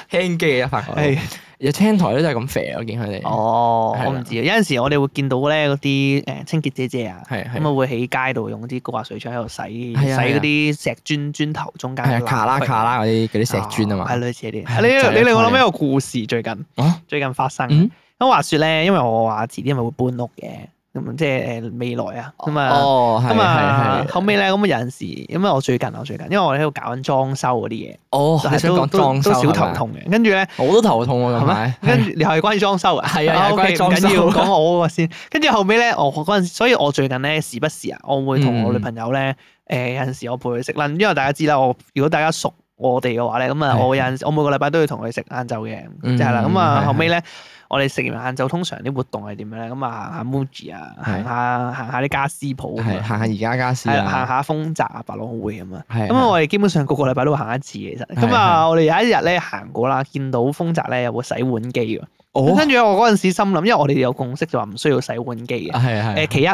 輕機啊，發覺
係
有青台都真係咁肥啊，我見佢哋。，
哦，
係啦
我唔知啊。有陣時我哋會見到咧嗰啲誒清潔姐姐啊，
係係
咁啊會喺街度用啲高壓水槍喺度洗洗
係啊係啊
嗰啲石磚磚頭中間。
係啊，卡啦卡啦嗰啲嗰啲石磚啊
哦係
嘛。
類似
係
嗰啲。你你令我諗
就係
起一個故事，最近
啊
最近發生嘅。
嗯，
咁啊話説咧，因為我話遲啲咪會搬屋嘅，咁啊即係誒未來啊，咁啊。
哦，係
咁啊
係，係。
後尾咧，咁啊有陣時，咁啊我最近我最近，因為我哋喺度搞緊裝修嗰啲嘢，
哦，
就
你
係
想
都
講
都
裝
都
修
少
係
頭
嘛，
痛嘅。跟住咧，
我都頭痛喎，
係
近排
咪？。跟住你係關於裝修啊？
係啊係
o
關
k
於
唔
裝修
緊要，講我嗰個先。跟住後尾咧，我嗰陣時，所以我最近咧時不時啊，我會同我女朋友咧，
嗯
誒有陣時我陪佢食 lunch，因為大家知啦，我如果大家熟我哋嘅話咧，咁啊
係
我有陣時我每個禮拜都要同佢食晏晝嘅，
嗯
即係啦。咁啊
係
後尾咧。我哋食完晏晝，通常啲活動係點樣咧？咁啊，行下 Muji 啊，行
係
下行下啲家私鋪咁
係
樣，
行下而家家私
係啦，啊行
啦。
下豐澤啊、百老匯咁啊。
係
咁
係
我哋基本上個個禮拜都會行一次嘅，其實。
係
咁啊，我哋有一日咧行過啦，見到豐澤咧有部洗碗機喎。
哦
咁，跟住我嗰陣時心諗，因為我哋有共識就話唔需要洗碗機嘅。
係啊係
誒，其一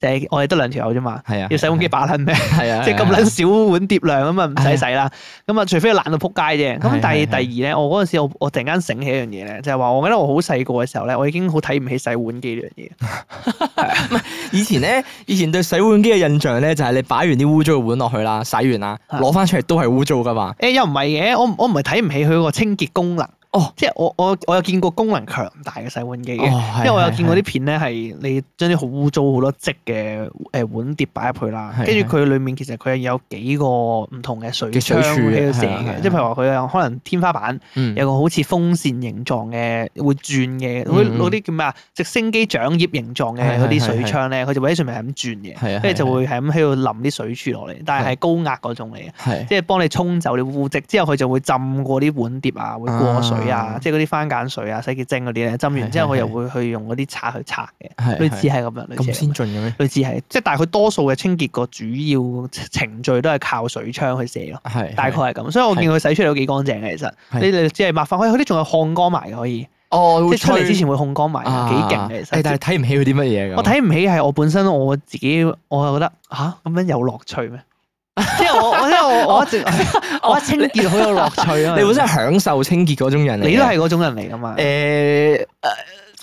就係我哋得兩條友啫嘛，
係啊，
要洗碗機把撚咩？
係 啊，
即係咁撚少碗碟量咁啊，唔使洗啦。咁啊，除非佢懶到撲街啫。咁
係
但
係
係第二咧，我嗰陣時我我突然間醒起一樣嘢咧，就係話我記得我好細個嘅時候咧，我已經好睇唔起洗碗機呢樣嘢。
以前咧，以前對洗碗機嘅印象咧，就係你擺完啲污糟嘅碗落去啦，洗完啦，
啊
攞翻出嚟都係污糟噶嘛。
誒又唔係嘅，我唔我唔係睇唔起佢個清潔功能，
哦，
即係我我我有見過功能強大嘅洗碗機嘅，
哦，
因為我有見過啲片咧係你將啲好污糟好多積嘅誒碗碟擺入去啦，
係
跟住佢裡面其實佢係有幾個唔同嘅水
嘅水
槍
柱
喺度射
係啊係啊
嘅，即係譬如話佢有可能天花板
嗯
有個好似風扇形狀嘅會轉嘅，嗰
嗯嗯
嗰啲叫咩啊？直升機掌葉形狀嘅
係
嗰啲
係係
水
係
槍咧，佢就會喺上面係咁轉
係啊
嘅，跟住
係啊
就會係咁喺度淋啲水柱落嚟，但係係高壓嗰種嚟嘅。
係
即係幫你沖走你污漬，之後佢就會浸過啲碗碟啊，會過水水啊，
嗯
即係嗰啲番梘水啊、洗潔精嗰啲咧，浸完之後
係係
佢又會去用嗰啲刷去刷
係
嘅，類似
係
係咁樣，類
咁
似係
先進嘅咩？
類似係，即係但係佢多數嘅清潔個主要程序都係靠水槍去射咯。
係
大概係咁，所以我見佢洗出嚟都幾乾淨嘅，其實
係
你哋只係抹翻開，佢啲仲有烘乾埋嘅，可以
哦，
即
會
係出嚟
吹
之前會烘乾埋，
啊
幾勁嘅其
誒但係啊
實。
睇唔起佢啲乜嘢㗎？
我睇唔起係我本身我自己，我係覺得吓，咁樣有樂趣咩？ 即係我我即係我我一直 我一清潔好有樂趣啊！
哦 你本身係享受清潔嗰種人嚟嘅，
你都係嗰種人嚟噶嘛？
誒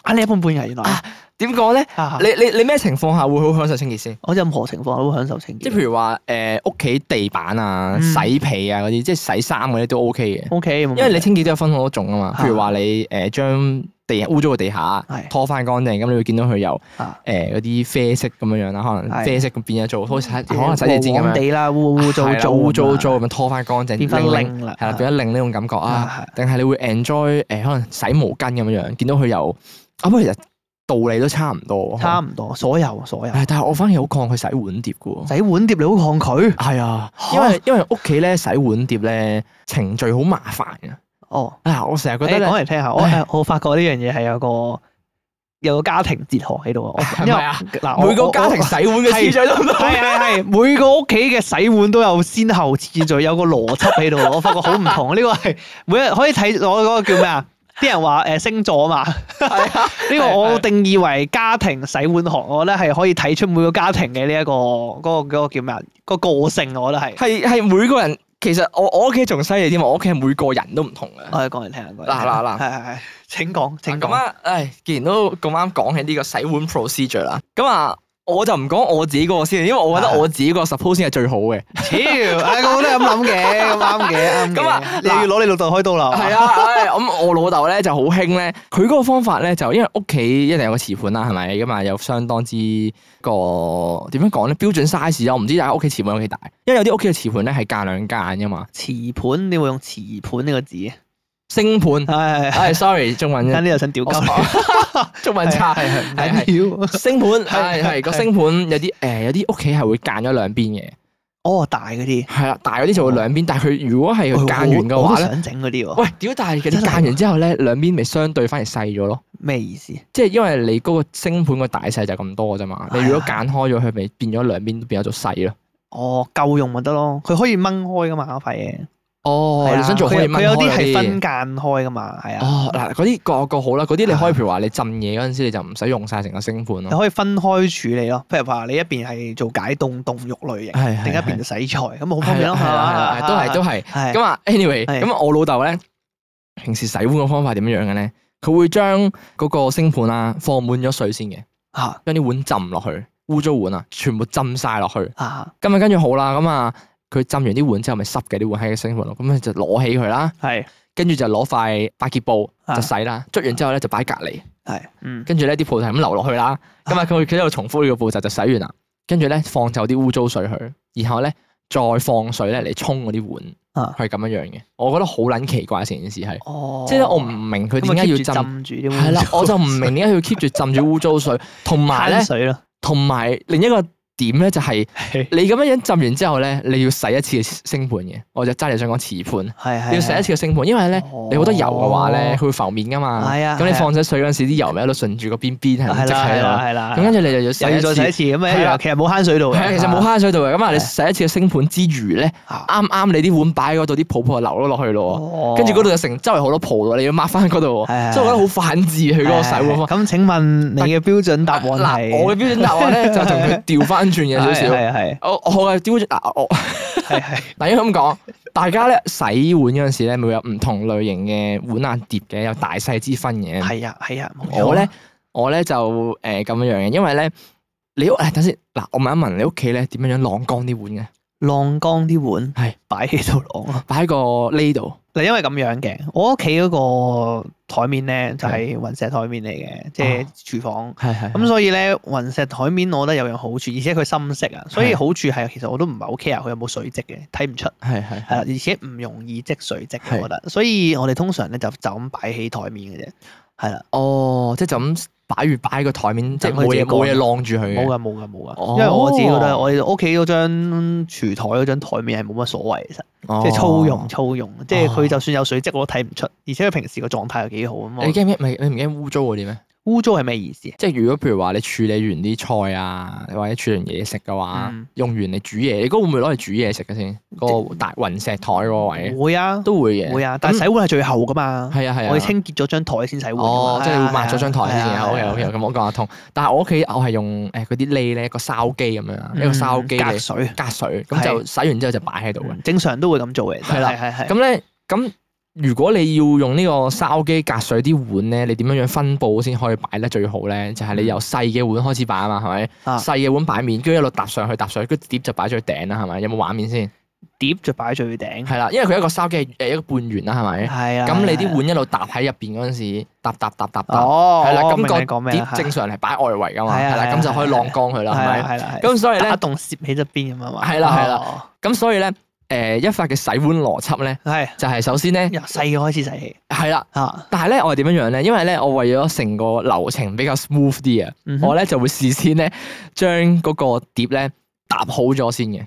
啊，你一般般人原來
啊點講咧？
啊
你你你咩情況下會好享受清潔先？
我任何情況都會享受清潔。
即係譬如話誒屋企地板啊、
嗯
洗被啊嗰啲，即係洗衫嗰啲都 OK 嘅，
O K，因
因為你清潔都有分好多種啊嘛。
啊
譬如話你誒將地污糟嘅地下
係
拖翻乾淨，咁你會見到佢由
啊
誒嗰啲啡色咁樣樣啦，可能
係嗯
啡色咁變咗做好似洗可能洗地氈咁樣，
啊
啊
地啦，污污糟
係啦
糟
污糟糟咁樣拖翻乾淨，
變翻
令
零啦，
係啦，變咗令呢種感覺啊。
啊
定係你會 enjoy 誒、可能洗毛巾咁樣樣，見到佢有啊，不過其實道理都差唔多喎。
差唔多，所有所有
係，但係我反而好抗拒洗碗碟嘅喎。
洗碗碟你好抗拒
係啊，
嚇
因為因為屋企咧洗碗碟咧程序好麻煩嘅。
哦。
啊，我成日覺
誒
得咧
講嚟聽下，我
唉
我發覺呢樣嘢係有個有個家庭哲學喺度啊我，
係
因為
咪啊
嗱我
每個家庭
我
洗碗嘅次序都唔同。
係係係，每個屋企嘅洗碗都有先後次序，有個邏輯喺度，我發覺好唔同。呢個係每日可以睇我嗰個叫咩啊？啲人話誒星座啊嘛，
係啊，
呢個我定義為家庭洗碗學，我覺得係可以睇出每個家庭嘅呢一個嗰個嗰個叫咩啊？個個性，我覺得係。
係係每個人其實我我屋企仲犀利添，我屋企係每個人都唔同嘅。
我哋講嚟聽下，講嚟聽下
嗱嗱嗱
係係係，請講請
啊咁
講。
啊，唉，既然都咁啱講起呢個洗碗 procedure 啦，咁啊，我就唔講我自己嗰個先，因為我覺
啊
得我自己個 suppose 先係最好嘅。
屌， 唉，我都係咁諗嘅，咁啱嘅，啱嘅
咁啊
你又要攞你老豆開刀啦，
係啊，唉咁我老豆咧就好興咧，佢嗰個方法咧就因為屋企一定有個瓷盤啦，係咪？咁啊有相當之個點樣講咧標準 size 啊，我唔知大家屋企瓷盤有幾大，因為有啲屋企嘅瓷盤咧係間兩間噶嘛，
瓷盤，你會用瓷盤呢個字啊？
星盤。
係係係
唉，sorry，中文
間
啫，
呢又想屌鳩你，
哦 中文差，
係係
係係
係唔緊要。
星盤
係
係係個
係
星盤有啲誒有啲屋企係會間咗兩邊嘅，哦
哦，大嗰啲，
係啦，大嗰啲就會兩邊，但係佢如果係佢間完嘅
我
話
都
咧，
想整嗰啲喎。
喂，屌！但係佢
真係
間完之後咧，兩邊咪相對反而細咗咯。
咩意思？
即係因為你嗰個星盤個大細就咁多嘅啫嘛，
係啊
你如果揀開咗佢，咪變咗兩邊都變咗做細咯。
哦，夠用咪得咯，佢可以掹開噶嘛，嗰塊嘢。
哦
係啊
你想做可
佢
以
有
掹
佢有
開
啲
嗰
係分間開噶嘛，係啊，
哦，嗱，嗰啲個個好啦，嗰啲你
係啊
可以譬如話你浸嘢嗰陣時，你就唔使用晒成個星盤
你
咯。
可以分開處理咯。譬如話你一邊係做解凍凍肉類型，
係
另一邊
係
就洗菜，咁好方便咯，
係啦係啦係
係
啦都係都係。
係
咁啊，anyway，
係
咁我老豆咧平時洗碗嘅方法點樣樣嘅咧？佢會將嗰個星盤啊放滿咗水先嘅，
嚇
將啲碗浸落去，污糟碗啊，全部浸晒落去。
啊
咁啊，跟住好啦，咁啊，佢浸完啲碗之後，咪濕嘅啲碗喺個星盤度，咁啊就攞起佢啦。
係
跟住就攞塊百潔布
啊
就洗啦，捽完之後咧就擺隔離，
係嗯
跟住咧啲布就係咁流落去啦。咁啊，佢佢喺度重複呢個步驟就洗完啦，跟住咧放走啲污糟水去，然後咧再放水咧嚟沖嗰啲碗
啊，
係咁樣樣嘅。我覺得好撚奇怪成件事係，
哦，
即係咧我唔明佢
咁
點
咪
解要
keep 住
浸，
浸住啲
係啦，我就唔 明點解要 keep 住浸住污糟水，同埋
埋
咧，
水咯，
同埋另一個點咧就係
係
你咁樣樣浸完之後咧，你要洗一次嘅星盤嘅，我就揸你想講瓷盤，
係啊哦
你要洗一次嘅星盤，因為咧。你好多油嘅話咧，佢會浮面噶嘛。
係啊
咁你
係啊
放咗水嗰陣時，啲油咪一路順住個邊邊係
係
咁積
啦
喺
係啦
度。
係啦，
咁跟住你就要洗
又要再洗
一
一
次。
次咁樣一
係啦
樣，其實冇慳水度嘅，
係啊，其實冇慳水度嘅。咁啊，你洗一次嘅星盤之餘咧，
啊
啱啱你啲碗擺嗰度啲泡泡就流咗落去咯。
哦
跟住嗰度就成周圍好多泡咯，你要抹翻嗰度
係係
喎。所以我覺得好反智佢嗰個洗碗方法。
咁請問你嘅標準答案係？
嗱，我嘅標準答案咧就同佢調翻轉嘅少少。
係係
我我嘅標準嗱我
係係
嗱應該咁講，大家咧洗碗嗰陣時咧，咪會有唔同類型嘅碗啊碟嘅，有大細之分嘅。
係啊係啊，冇錯
我咧，我咧就誒咁樣樣嘅，因為咧，你屋誒等先嗱，我問一問你屋企咧點樣樣晾乾啲碗嘅？
晾乾啲碗
係
擺喺度晾咯。
擺喺個呢度，
嗱，因為咁樣嘅，我屋企嗰個台面咧就係雲石台面嚟嘅，即係廚房。
係哦係
咁
咁
所以咧，雲石台面我覺得有樣好處，而且佢深色啊，所以
係
好處係其實我都唔係好 care 佢有冇水漬嘅，睇唔出。
係係
係啦，而且唔容易積水積嘅，
係
我覺得。所以我哋通常咧就就咁擺喺台面嘅啫。係啦，
哦，即係就咁擺住擺喺個台面，即係
等佢
冇
自己
嘢冇嘢
乾
晾住佢
冇
嘅。
噶冇噶冇噶，
哦
因為我自己覺得我哋屋企嗰張廚台嗰張台面係冇乜所謂，其實
哦
即係粗用。粗用，即係
哦
佢就算有水漬我都睇唔出，而且佢平時個狀態又幾好咁
你
我。
驚唔驚？咪你唔驚污糟嗰啲咩？
污糟係咩意思啊？
即係如果譬如話你處理完啲菜啊，或者處理完嘢食嘅話，
嗯
用完你煮嘢，你嗰個會唔會攞嚟煮嘢食嘅先？嗰個大雲石台嗰個位
會啊
都會嘅。
會啊，但係洗碗係最後噶嘛，
係啊係啊。
我哋清潔咗張台先洗碗㗎嘛。啊
哦，即係你會抹咗張台先
係
嘅
啊
，OK OK，咁我講得通。但係我屋企我係用誒嗰啲瀝咧，個筲箕咁樣啊，一個筲箕
嗯隔
嚟
水，
隔水，咁
係
就洗完之後就擺喺度嘅。
嗯正常都會咁做嘅。
係啦
係係。
咁咧，咁如果你要用呢個筲箕隔水啲碗咧，你點樣樣分佈先可以擺得最好咧？就係你由細嘅碗開始擺啊嘛，係咪？
嗯啊
細嘅碗擺面，跟住一路搭上去搭上去，跟住碟就擺最頂啦，係咪？有冇畫面先？
碟就擺最頂。
係啦，因為佢一個筲箕係誒一個半圓啦，係咪？
嗯係啊。
咁你啲
係
碗一路搭喺入邊嗰陣時，搭搭搭搭
啊
搭。
哦，
係啦，
我
咁
明你講
個
咩
碟
啊？
正常係擺外圍噶嘛，
係啊
係啦，
係啊
咁就可以晾乾佢啦，係
係啊啦
咪？
係啦係啦。
咁所以
打
咧，
洞攝喺側邊咁啊嘛。
係啦係啦
哦。
咁所以咧，誒一發嘅洗碗邏輯咧，
係
就係首先咧，
由細嘅開始洗起
係啦，
啊。
但係咧我係點樣樣咧？因為咧我為咗成個流程比較 smooth 啲啊，
嗯哼
我咧就會事先咧將嗰個碟咧搭好咗先嘅。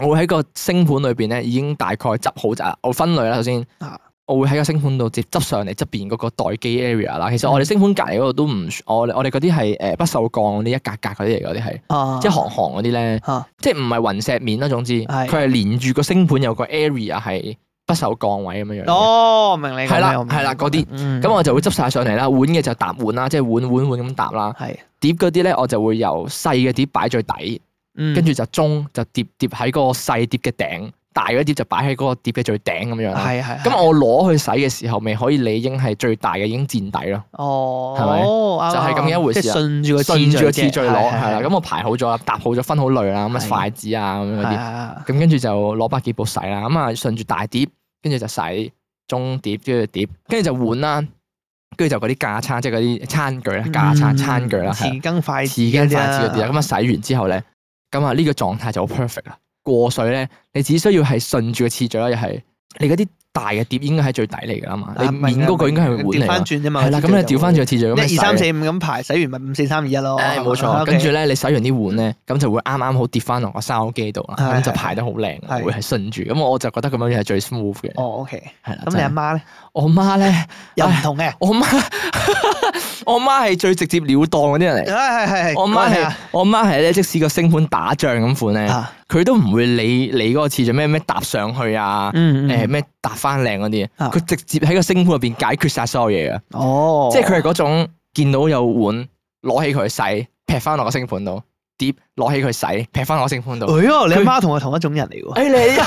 我會喺個星盤裏邊咧已經大概執好咗啦，我分類啦，首先
啊。
我會喺個星盤度直接執上嚟側邊嗰個待機 area 啦。其
嗯
實我哋星盤隔離嗰度都唔，我我哋嗰啲係誒不鏽鋼嗰啲一格格嗰啲嚟，嗰啲係。
啊
即係行行嗰啲咧
啊，
即係唔係雲石面啦，總之
係
佢係連住個星盤有個 area 係不鏽鋼位咁樣樣嘅。
哦，明你講咩
係啦
我明
係啦
你
嗰啲
講咩嗯
咁我就會執晒上嚟啦，碗嘅就搭碗啦，即係碗碗碗咁搭啦。
嗯係
碟嗰啲咧，我就會由細嘅碟擺最底，
嗯
跟住就中就碟碟喺嗰個細碟嘅頂，大嗰碟就擺喺嗰個碟嘅最頂咁樣啦。
係係
咁我攞去洗嘅時候，咪可以理應係最大嘅已經墊底咯，
哦，
係咪
咪
就係咁樣一回事
即係
啊
順住個
順住個次序
啫
攞係啦。咁我排好咗啦，搭好咗，分好類啦，咁啊
係
筷子啊咁樣嗰啲
係。係
咁跟住就攞百幾部洗啦，咁啊順住大碟，跟住就洗中碟，跟住碟，跟住就碗啦，跟住就嗰啲架撐，即係嗰啲餐具啦，架撐餐具啦，嗯係
嗯
啊
匙羹筷子
匙羹筷子嗰啲啦，
啊，
咁啊洗完之後咧，咁啊呢個狀態就好 perfect 啦。啊過水咧，你只需要係順住個次序啦，又係你嗰啲大嘅碟應該喺最底嚟㗎啦
啊
嘛，你面嗰個應該係碗嚟
調翻
㗎，
轉啫嘛，
係啦，咁你調翻住個次序咁樣
一
洗
二三四五咁排，洗完咪五四三二一咯。
誒冇錯，跟住咧你洗完啲碗咧，咁就會啱啱好跌翻落個筲箕度啦，
係
咁就排得好靚，啊
係
會係順住。咁我就覺得咁樣嘢係最 smooth 嘅，
哦，OK，
係啦。
咁你阿
啊真係
媽咧
我媽咧，
又唔同嘅，
我媽我媽 係最直接了當嗰啲人嚟。
係係係，
我媽係我媽係咧，即使個星盤打仗咁款咧，
啊，
佢都唔會理你嗰個次序咩咩搭上去啊，
嗯
誒
嗯，
咩搭翻靚嗰啲，
啊
佢直接喺個星盤入邊解決晒所有嘢啊！
哦，
即係佢係嗰種見到有碗攞起佢洗，劈翻落個星盤度；碟攞起佢洗，劈翻落個星盤度。誒、
哎喲你阿媽同我同一種人嚟喎。
你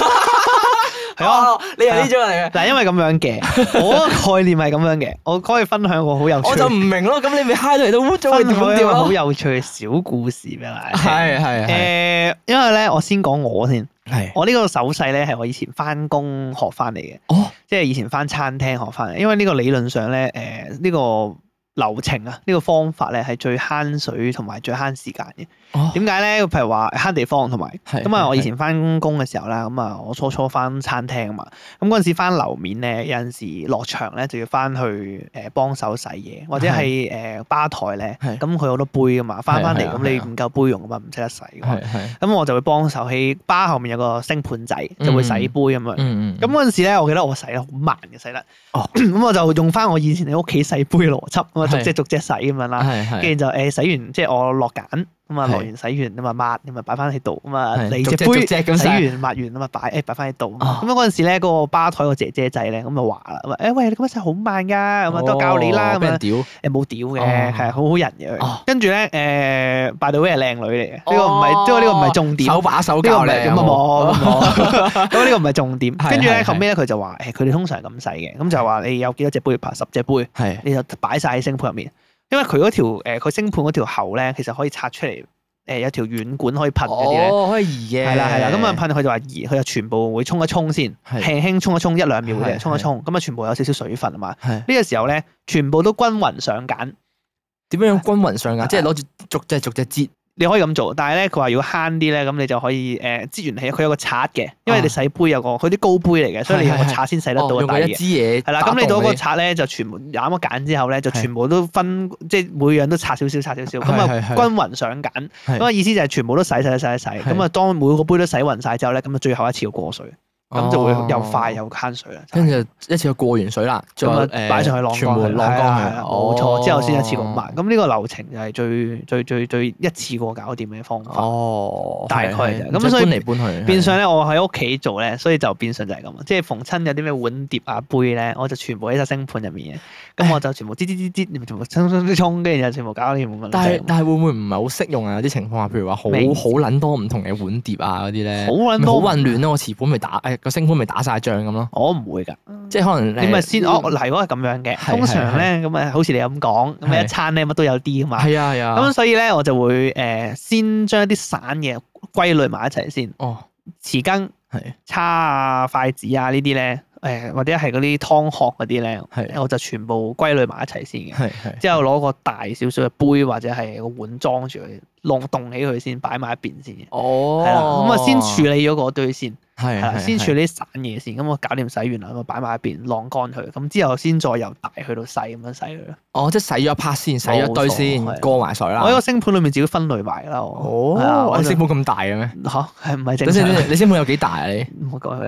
係啊
哦你係呢種人嚟嘅，
嗱，因為咁 樣嘅，我個概念係咁樣嘅，我可以分享個好有趣，
我就唔明咯。咁你咪嗨到嚟到污糟，你
分
點
享一
點
個好
咯？
有趣嘅小故事俾大家聽。
係係係
誒，因為咧，我先講我先，
係
我呢個手勢咧係我以前翻工學翻嚟嘅，
哦
即係以前翻餐廳學翻嚟。因為呢個理論上咧，誒、呢、個流程啊，呢、個方法咧係最慳水同埋最慳時間嘅。
哦，
點解咧？譬如話慳地方同埋。
係
咁啊！
係
我以前翻工嘅時候啦，咁啊，我初初翻餐廳啊嘛，咁嗰陣時翻樓面咧，有陣時落場咧就要翻去誒幫手洗嘢，或者係誒吧台咧，
係
咁佢好多杯噶嘛，翻翻嚟
係啊
咁你
係啊
唔夠杯用噶嘛，唔識得洗㗎嘛
係係
咁我就會幫手喺吧後面有個星盤仔，就
嗯
會洗杯咁樣。
嗯嗯
咁嗰陣時咧，我記得我洗得好慢嘅洗得，
哦
咁我就用翻我以前喺屋企洗杯嘅邏輯，咁啊
係
逐隻逐隻洗咁樣啦。
係係
跟住就誒洗完，即係我落揀，咁
係
啊落完洗完，咁啊抹，咁啊擺翻喺度，咁啊
係
你
逐
隻
隻
杯
逐隻咁洗
洗完抹完，咁啊擺誒擺翻喺度。咁
哦
啊嗰陣時咧，嗰個吧台個姐姐仔咧，咁就話啦，咁啊誒喂你咁樣洗好慢㗎，咁啊都教你啦
哦俾
咁
人
樣。
屌
誒冇屌嘅，
哦
係好好人嘅
哦
佢。跟住咧，誒 by the way 係靚女嚟嘅，呢個唔
哦
係，即係呢個唔係重點。
手把手
呢個
教
唔
你
係
有
咁啊
冇
冇，咁呢個唔係重點。
係
跟住咧
係係
後尾咧佢就話誒，佢哋通常係咁洗嘅，咁就話你有幾多隻杯，拍十隻杯，
係
你就擺晒喺星盤入面。因為佢嗰條誒佢星盤嗰條喉咧，其實可以拆出嚟，誒有條軟管可以噴嗰啲咧。
哦可以移嘅
係啦係啦，咁啊噴佢就話熱，佢就全部會沖一沖先，
係
輕輕沖一沖一兩秒嘅
係
啫，沖一沖，咁啊全部有少少水分啊嘛。
係
呢個時候咧，全部都均勻上揀。
點樣樣均勻上眼，即係攞住逐隻逐隻折
你可以咁做，但係咧佢話如果慳啲咧，咁你就可以誒資源器，佢有個刷嘅，因為你洗杯有個佢啲高杯嚟嘅，所以你用個刷先洗得到
哦
個
用
底
佢一
嘅。
支嘢
係啦，
打
咁你到
動
嗰個刷咧就全部攬一揀之後咧，就全部都分即係每樣都刷少少刷少少，咁
係係
啊
係
均勻上揀。
係
咁啊意思就係全部都洗洗洗洗洗，咁啊當每個杯都洗勻晒之後咧，咁啊最後一次要過水，咁就會又快
哦
又慳水啦。
跟住就一次過過完水啦，再
咁啊
誒
擺上去晾
全
乾
部
佢
晾
係啊
乾
係
佢，哦
啊冇錯。之後先一次過
買
買，。咁呢個流程就係最最最最一次過搞掂嘅方法。
哦，
啊大概
係
係
係
咁
即係
所以
搬嚟搬去，
變相咧，我喺屋企做咧，所以就變相就係咁啊！即係逢親有啲咩碗碟啊杯咧，我就全部喺隻星盤入面嘅，咁我就全部滴滴滴滴，全部沖沖沖沖，跟住就全部搞掂冇問題。
但係但係會唔會唔係好適用啊？有啲情況下，譬如話好好
明
撚多唔同嘅碗碟啊嗰啲咧，
好撚
咪好
多
混亂咯。我瓷盤咪打誒個星盤咪打晒仗咁咯，
我唔會㗎，
即係可能
你咪
誒
先哦嗱，如果係咁樣嘅，
係
通常咧咁啊，好似你咁講，咁啊
係
一餐咧乜都有啲㗎嘛，
係啊係啊，
咁所以咧我就會誒先將一啲散嘢歸類埋一齊先，
哦
匙羹、
係
叉啊、筷子啊呢啲咧，誒或者係嗰啲湯殼嗰啲咧，
係
我就全部歸類埋一齊先嘅。
係係
之後攞個大少少嘅杯或者係個碗裝住佢，弄凍起佢先，擺埋一邊先嘅。
哦，
係啦，咁啊先處理咗嗰堆先，係
係
啦，
係
先處
理
理啲散嘢先，咁我搞掂洗完啦，咁啊擺埋一邊晾乾佢，咁之後先再由大去到細咁樣洗佢咯。
哦，即係洗咗一 part 先，洗咗一堆
冇錯係
先，過埋水啦
我喺。個星盤裏面自己分類埋㗎啦，我係啊
哦，
我
你
就
星盤咁大嘅咩？
嚇係唔係
等
正
先，
常
等？先你星盤有幾大啊？你
唔好講誒，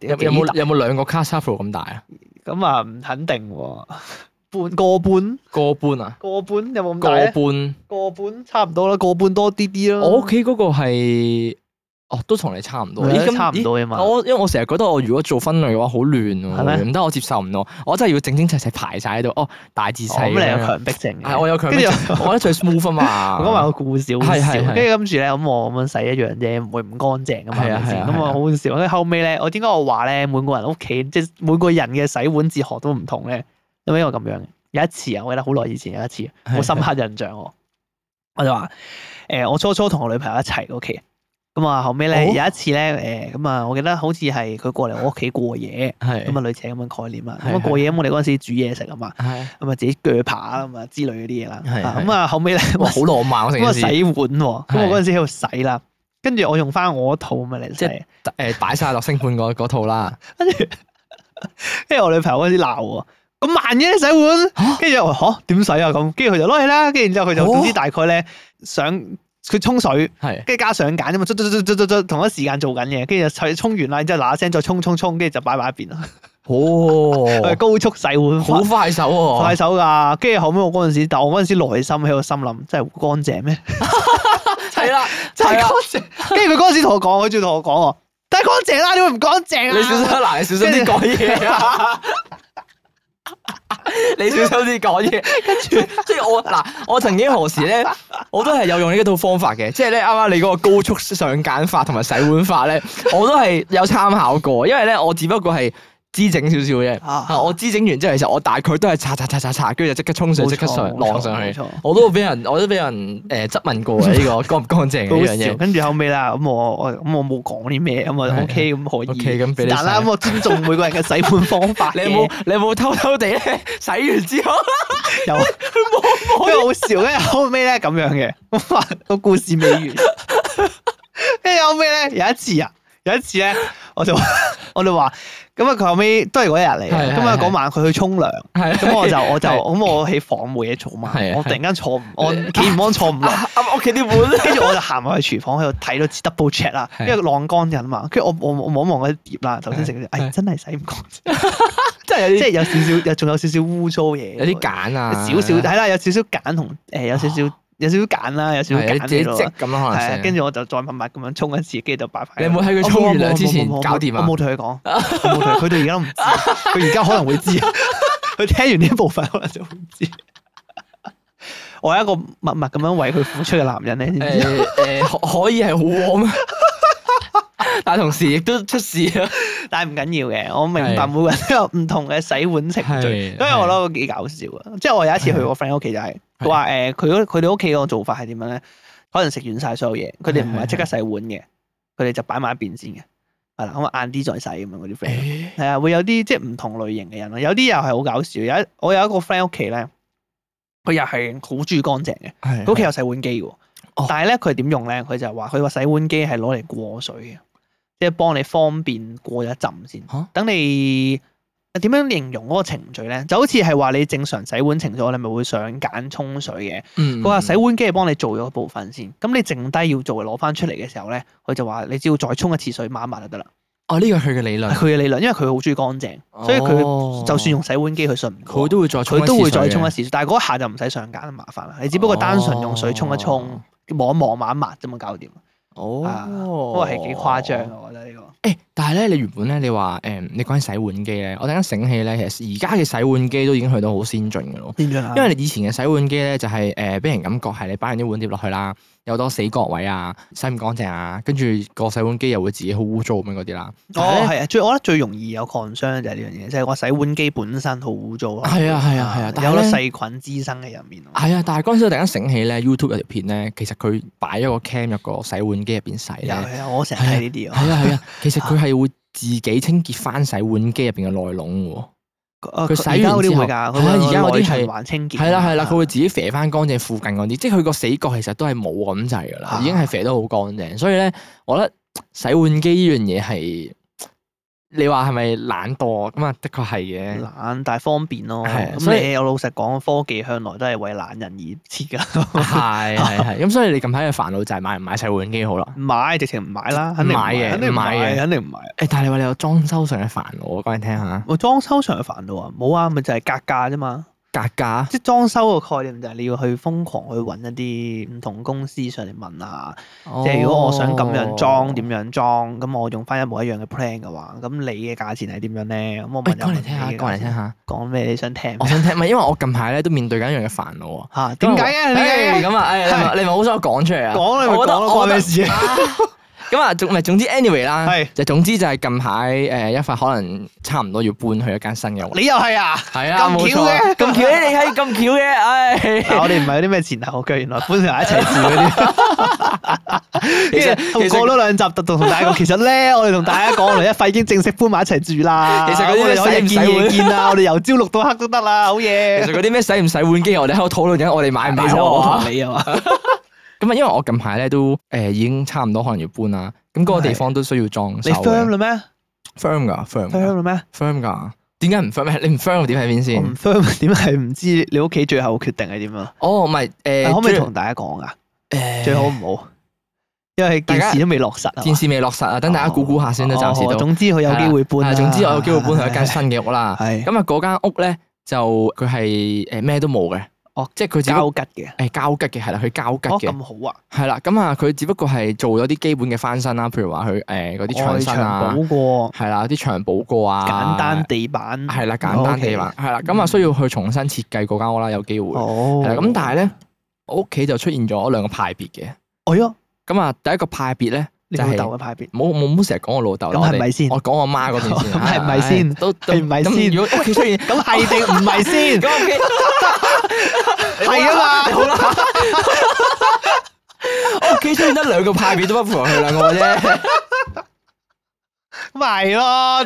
有有冇有冇兩個 c a s t a f 咁大啊？
咁啊？唔肯定喎，半個半
個半啊，
個半有冇咁
個
大咧？
半。
個半差唔多啦，個半多啲啲啦。
我屋企嗰個係，哦，都同你差唔多。
係
咦，
啊
咁
差唔
咦
多啫嘛。
我因為我成日覺得我如果做分類嘅話好亂
係
喎，
咩
唔得我接受唔到，我真係要整整齊齊排晒喺度。哦，大至
咁
細
你有
咁樣。
強迫症嘅
係我有強迫症， 我覺得最 smooth 啊嘛。
我講埋個故事好
係
笑，
係係
跟住跟住咧，咁我咁樣洗一樣啫，唔會唔乾淨噶嘛，係
係啊
咪
係
先？
啊
咁
係
啊
啊
好好笑。跟住後尾咧，我點解我話咧，每個人屋企即係每個人嘅洗碗哲學都唔同咧？因為我咁樣嘅，有一次啊，我記得好耐以前有一次，
係
好深刻印象我。我就話誒，我初初同我女朋友一齊屋企，咁啊後尾咧
哦
有一次咧誒，咁啊我記得好似係佢過嚟我屋企過夜，
係
咁啊類似係咁嘅概念啦。咁啊
係係
過夜咁我哋嗰陣時煮嘢食啊嘛，
係
咁啊自己鋸扒咁啊之類嗰啲嘢啦。
係
啊
係
咁啊後尾咧
哇，好浪漫我成
咁我啊
件
洗
事
碗，喎，咁啊
係
我嗰陣時喺度洗啦，跟住我用翻我套咪嚟
即
洗
係，誒擺晒落星盤嗰嗰套啦。
跟住我女朋友嗰陣時鬧我，咁慢嘅洗碗，
嚇
跟住我話嚇點洗啊咁，跟住佢就攞起啦，跟住然之後佢就
哦
總之大概咧上佢沖水。
係
跟住加上揀啫嘛，捽捽捽捽捽捽同一時間做緊嘢，跟住就洗沖完啦，然之後嗱嗱聲再沖沖沖，跟住就擺埋一邊啦。 佢係
哦，
高速洗碗法
好，快手喎，
快手㗎。跟住後尾我嗰陣時，但我嗰陣時內心喺度心諗，真係乾淨咩？
係啦，
真係
係啦，啊
乾淨。跟住佢嗰陣時同我講，佢仲同我講喎，但係乾淨啦，點會唔乾淨啊？
你小心嗱，你小心啲講嘢 啊！你小心啲講嘢，跟住即係我嗱，我曾經何時咧，我都係有用呢一套方法嘅，即係咧啱啱你嗰個高速上簡法同埋洗碗法咧，我都係有參考過，因為咧我只不過係知整少少啫，
啊
啊我知整完之後，其實我大概都係擦擦擦擦擦，跟住就即刻沖水，
冇錯
即刻上
冇錯
晾上
冇
去
錯。
我都俾人，我都俾人誒質問過嘅呢個乾唔乾淨嘅
好
呢樣
笑，
嘢。
跟住後尾啦，咁我我咁我冇講啲咩，咁啊
係
OK 咁可以
OK，咁俾你
但啦，
洗
咁我尊重每個人嘅洗碗方 法
你
嘅，
有冇你有冇偷偷地咧洗完之後？
有冇冇？跟住好笑，跟住後尾咧咁樣嘅， 咁啊個故事未完，跟住後尾咧有一次啊，有一次咧我就 我哋話，咁啊佢後尾都係嗰一日嚟
係係
嘅，咁啊
係
嗰晚佢去沖涼。
係
咁 我就我就
係
咁我喺房冇嘢做嘛
係，啊
我突然間坐唔 安，企唔安坐唔落，
啱屋企啲 碗
跟住我就行埋去廚房喺度睇到 double check 啦，因
係
為晾乾緊嘛。跟住我我我望一望嗰啲碟啦，頭先食嗰啲，哎
係
真係洗唔乾淨，
真係有
即
啲
係有少少有仲有少少污糟嘢，
有啲揀啊，
少少係啦，有少少揀同誒有少少有少少揀啦，有少少
係啊
揀
你自己
喺度
積
啦。
咁咯，可能
係啊，跟住我就再密密咁樣沖一次，跟住就擺翻。
你有冇喺佢沖完
哦
涼之前搞掂啊
我冇同 佢講，我冇同佢，佢哋而家都唔知，佢而家可能會知，啊佢聽完呢部分可能就會知。我係一個默默咁樣為佢付出嘅男人咧，你知唔知？
誒誒可可以係好 warm，但係同時亦都出事啊，
但係唔緊要嘅，我明白
係
每個人都有唔同嘅洗碗程序，
係
因為我覺得我幾搞笑啊！即係我有一次去我 friend 屋企就係，佢話誒佢嗰佢哋屋企個做法係點樣咧？可能食完晒所有嘢，佢哋唔係即刻洗碗嘅，佢哋就擺埋一邊先嘅，係啦，咁啊晏啲再洗咁樣嗰啲 friend。
誒
係啊，會有啲即係唔同類型嘅人咯，有啲又係好搞笑。有一我有一個 friend 屋企咧，佢又係好中意乾淨嘅，
係
佢屋企有洗碗機喎，
哦
但係咧佢點用咧？佢就話佢個洗碗機係攞嚟過水嘅，即係幫你方便過一浸先
嚇。
等你呃點樣形容嗰個程序咧？就好似係話你正常洗碗程序，我哋咪會想揀沖水嘅。
嗯，
佢話洗碗機係幫你做咗部分先，咁你剩低要做嘅攞翻出嚟嘅時候咧，佢就話你只要再沖一次水抹一抹就得啦。
哦呢個係哦佢嘅理論，
佢嘅理論，因為佢好中意乾淨，所以佢
佢
就算用洗碗機，佢信唔過
佢都會再沖一
佢都
次
會再
水
沖
嘅
一次水，但係嗰下就唔使上架啦，麻煩啦。你只不過單純用水沖一沖，
哦
望一望抹一抹啫嘛，搞掂。啊不
哦
過，係幾誇張嘅，我覺得呢個。
誒，但係咧，你原本咧，你話誒，你講緊洗碗機咧，我突然間醒起咧，其實而家嘅洗碗機都已經去到好先進嘅咯。
點樣啊
因為你以前嘅洗碗機咧，就係誒俾人感覺係你擺完啲碗碟落去啦，有好多死角位啊，洗唔乾淨啊，跟住個洗碗機又會自己好污糟咁樣嗰啲啦。
哦
但係呢，
係啊，最我覺得最容易有 concern 就係呢樣嘢，即係我洗碗機本身好污糟啊，
係啊係啊係啊，但
有
係
粒
咧
細菌滋生喺入面。
係啊，但係嗰陣時我突然間醒起咧，YouTube 有條片咧，其實佢擺咗個 cam 入個洗碗機入邊洗
有
咧，
係啊，我成日睇呢啲啊。
係啊係啊，其實佢係會自己清潔翻洗碗機入邊嘅內籠喎。
啊佢
佢洗完之後
嗰啲會㗎，佢
係啊而家嗰啲
內
係
循環清潔。啊
係啦係啦，佢會自己肥翻乾淨附近嗰啲，即係佢個死角其實都係冇咁滯噶啦，
啊
已經係肥得好乾淨。所以咧，我覺得洗碗機呢樣嘢係，你話係咪懶惰咁啊？的確係 嘅。
懶，但係方便咯。
係啊
咁
所以
你有老實講，科技向來都係為懶人而設㗎。
係係係，咁所以你近排嘅煩惱就係買唔買洗碗機好啦。
唔買，直情唔買啦，肯定唔
唔買嘅
肯定唔
唔買
買，
嘅
肯定唔買。
誒，但係你話你有裝修上嘅煩惱，我講你聽下。
我裝修上嘅煩惱啊，冇啊，咪就係格價啫嘛。
格價
即係裝修個概念就係你要去瘋狂去揾一啲唔同公司上嚟問下，
哦
即係如果我想咁樣裝，點樣裝，咁我用翻一模一樣嘅 plan 嘅話，咁你嘅價錢係點樣咧？咁我
誒，
問一
講
問
嚟聽下，
你嘅
講嚟
價錢
聽下。
講咩？你想聽
我
咩？
想聽，唔係因為我近排咧都面對緊一樣嘅煩惱啊。
嚇 點解啊？點解
誒
啊？
咁啊？誒，你咪你咪好想我講出嚟啊？
講你咪
我覺得
講咯，
我
關
覺得
咩事啊？
咁啊，總唔係總之，anyway 啦，
係
就總之就係近排誒一塊可能差唔多要搬去一間新嘅屋，
你又係啊？
係
咁巧嘅
咁巧嘅，你係咁巧嘅，唉，
嗱，我哋唔係有啲咩前後腳，原來搬埋 一齊住嗰啲。
其 實
跟
其
住
實
過咗兩集，就同大 家講，其實咧，我哋同大家講，我哋一快已經正式搬埋一齊住啦。
其實嗰啲
咁我哋可
洗
以
唔洗碗
見夜見 啦，我哋由朝錄到黑都得啦，好
其
嘢。
實嗰啲咩洗唔洗碗機，我哋喺度討論緊，我哋買唔買
其實我
喎
同你啊嘛，
咁啊，因為我近排咧都誒已經差唔多可能要搬啦，咁嗰個地方都需要裝
你
修
firm
嘅
啦咩
firm 㗎 firm
？firm
㗎
啦咩？
firm 㗎，點解唔 firm？你唔 firm 我點喺邊
我唔
先？
firm 點係唔知你屋企最後決定係點啊？
哦，唔係誒，
可唔可以
最
同大家講啊？
誒
最好 唔好，因為件
大
事
家
都未落實啊嘛。
件事未落實啊，等大家估估下先啦，暫時
哦
都。
總之佢有機會搬啦。
係
啊
啊總之我有機會搬去一間新嘅屋啦。
係
咁啊，嗰間屋咧就佢係誒咩都冇嘅，
哦
即係佢只不
交吉嘅。
誒膠吉嘅，係啦，佢膠
哦，
吉嘅，
咁好啊！
係啦。咁啊，佢只不過係做咗啲基本嘅翻新啦，譬如話佢誒嗰啲牆身
外
啊，
牆補過。
係啦，啲牆補過啊，
哦簡單地板
係啦，簡單地板係啦。咁啊，
嗯
需要去重新設計嗰間屋啦，有機會
OK 哦，
係啦。咁但係咧，我屋企就出現咗兩個派別嘅。
哎呀，
咁啊，第一個派別咧
你
就
老
係
豆嘅派別
冇冇冇成日講我老豆啦，
咁係
我哋
咪先
我講我媽嗰邊先，啊
係咪先
唉都都
係咪
咁
先
如果屋企 出現
咁係定唔係先？
咁 OK，
係啊嘛，
好啦，屋企出現得兩個派別都不符合佢兩個 啫。
咁咪係咯，哎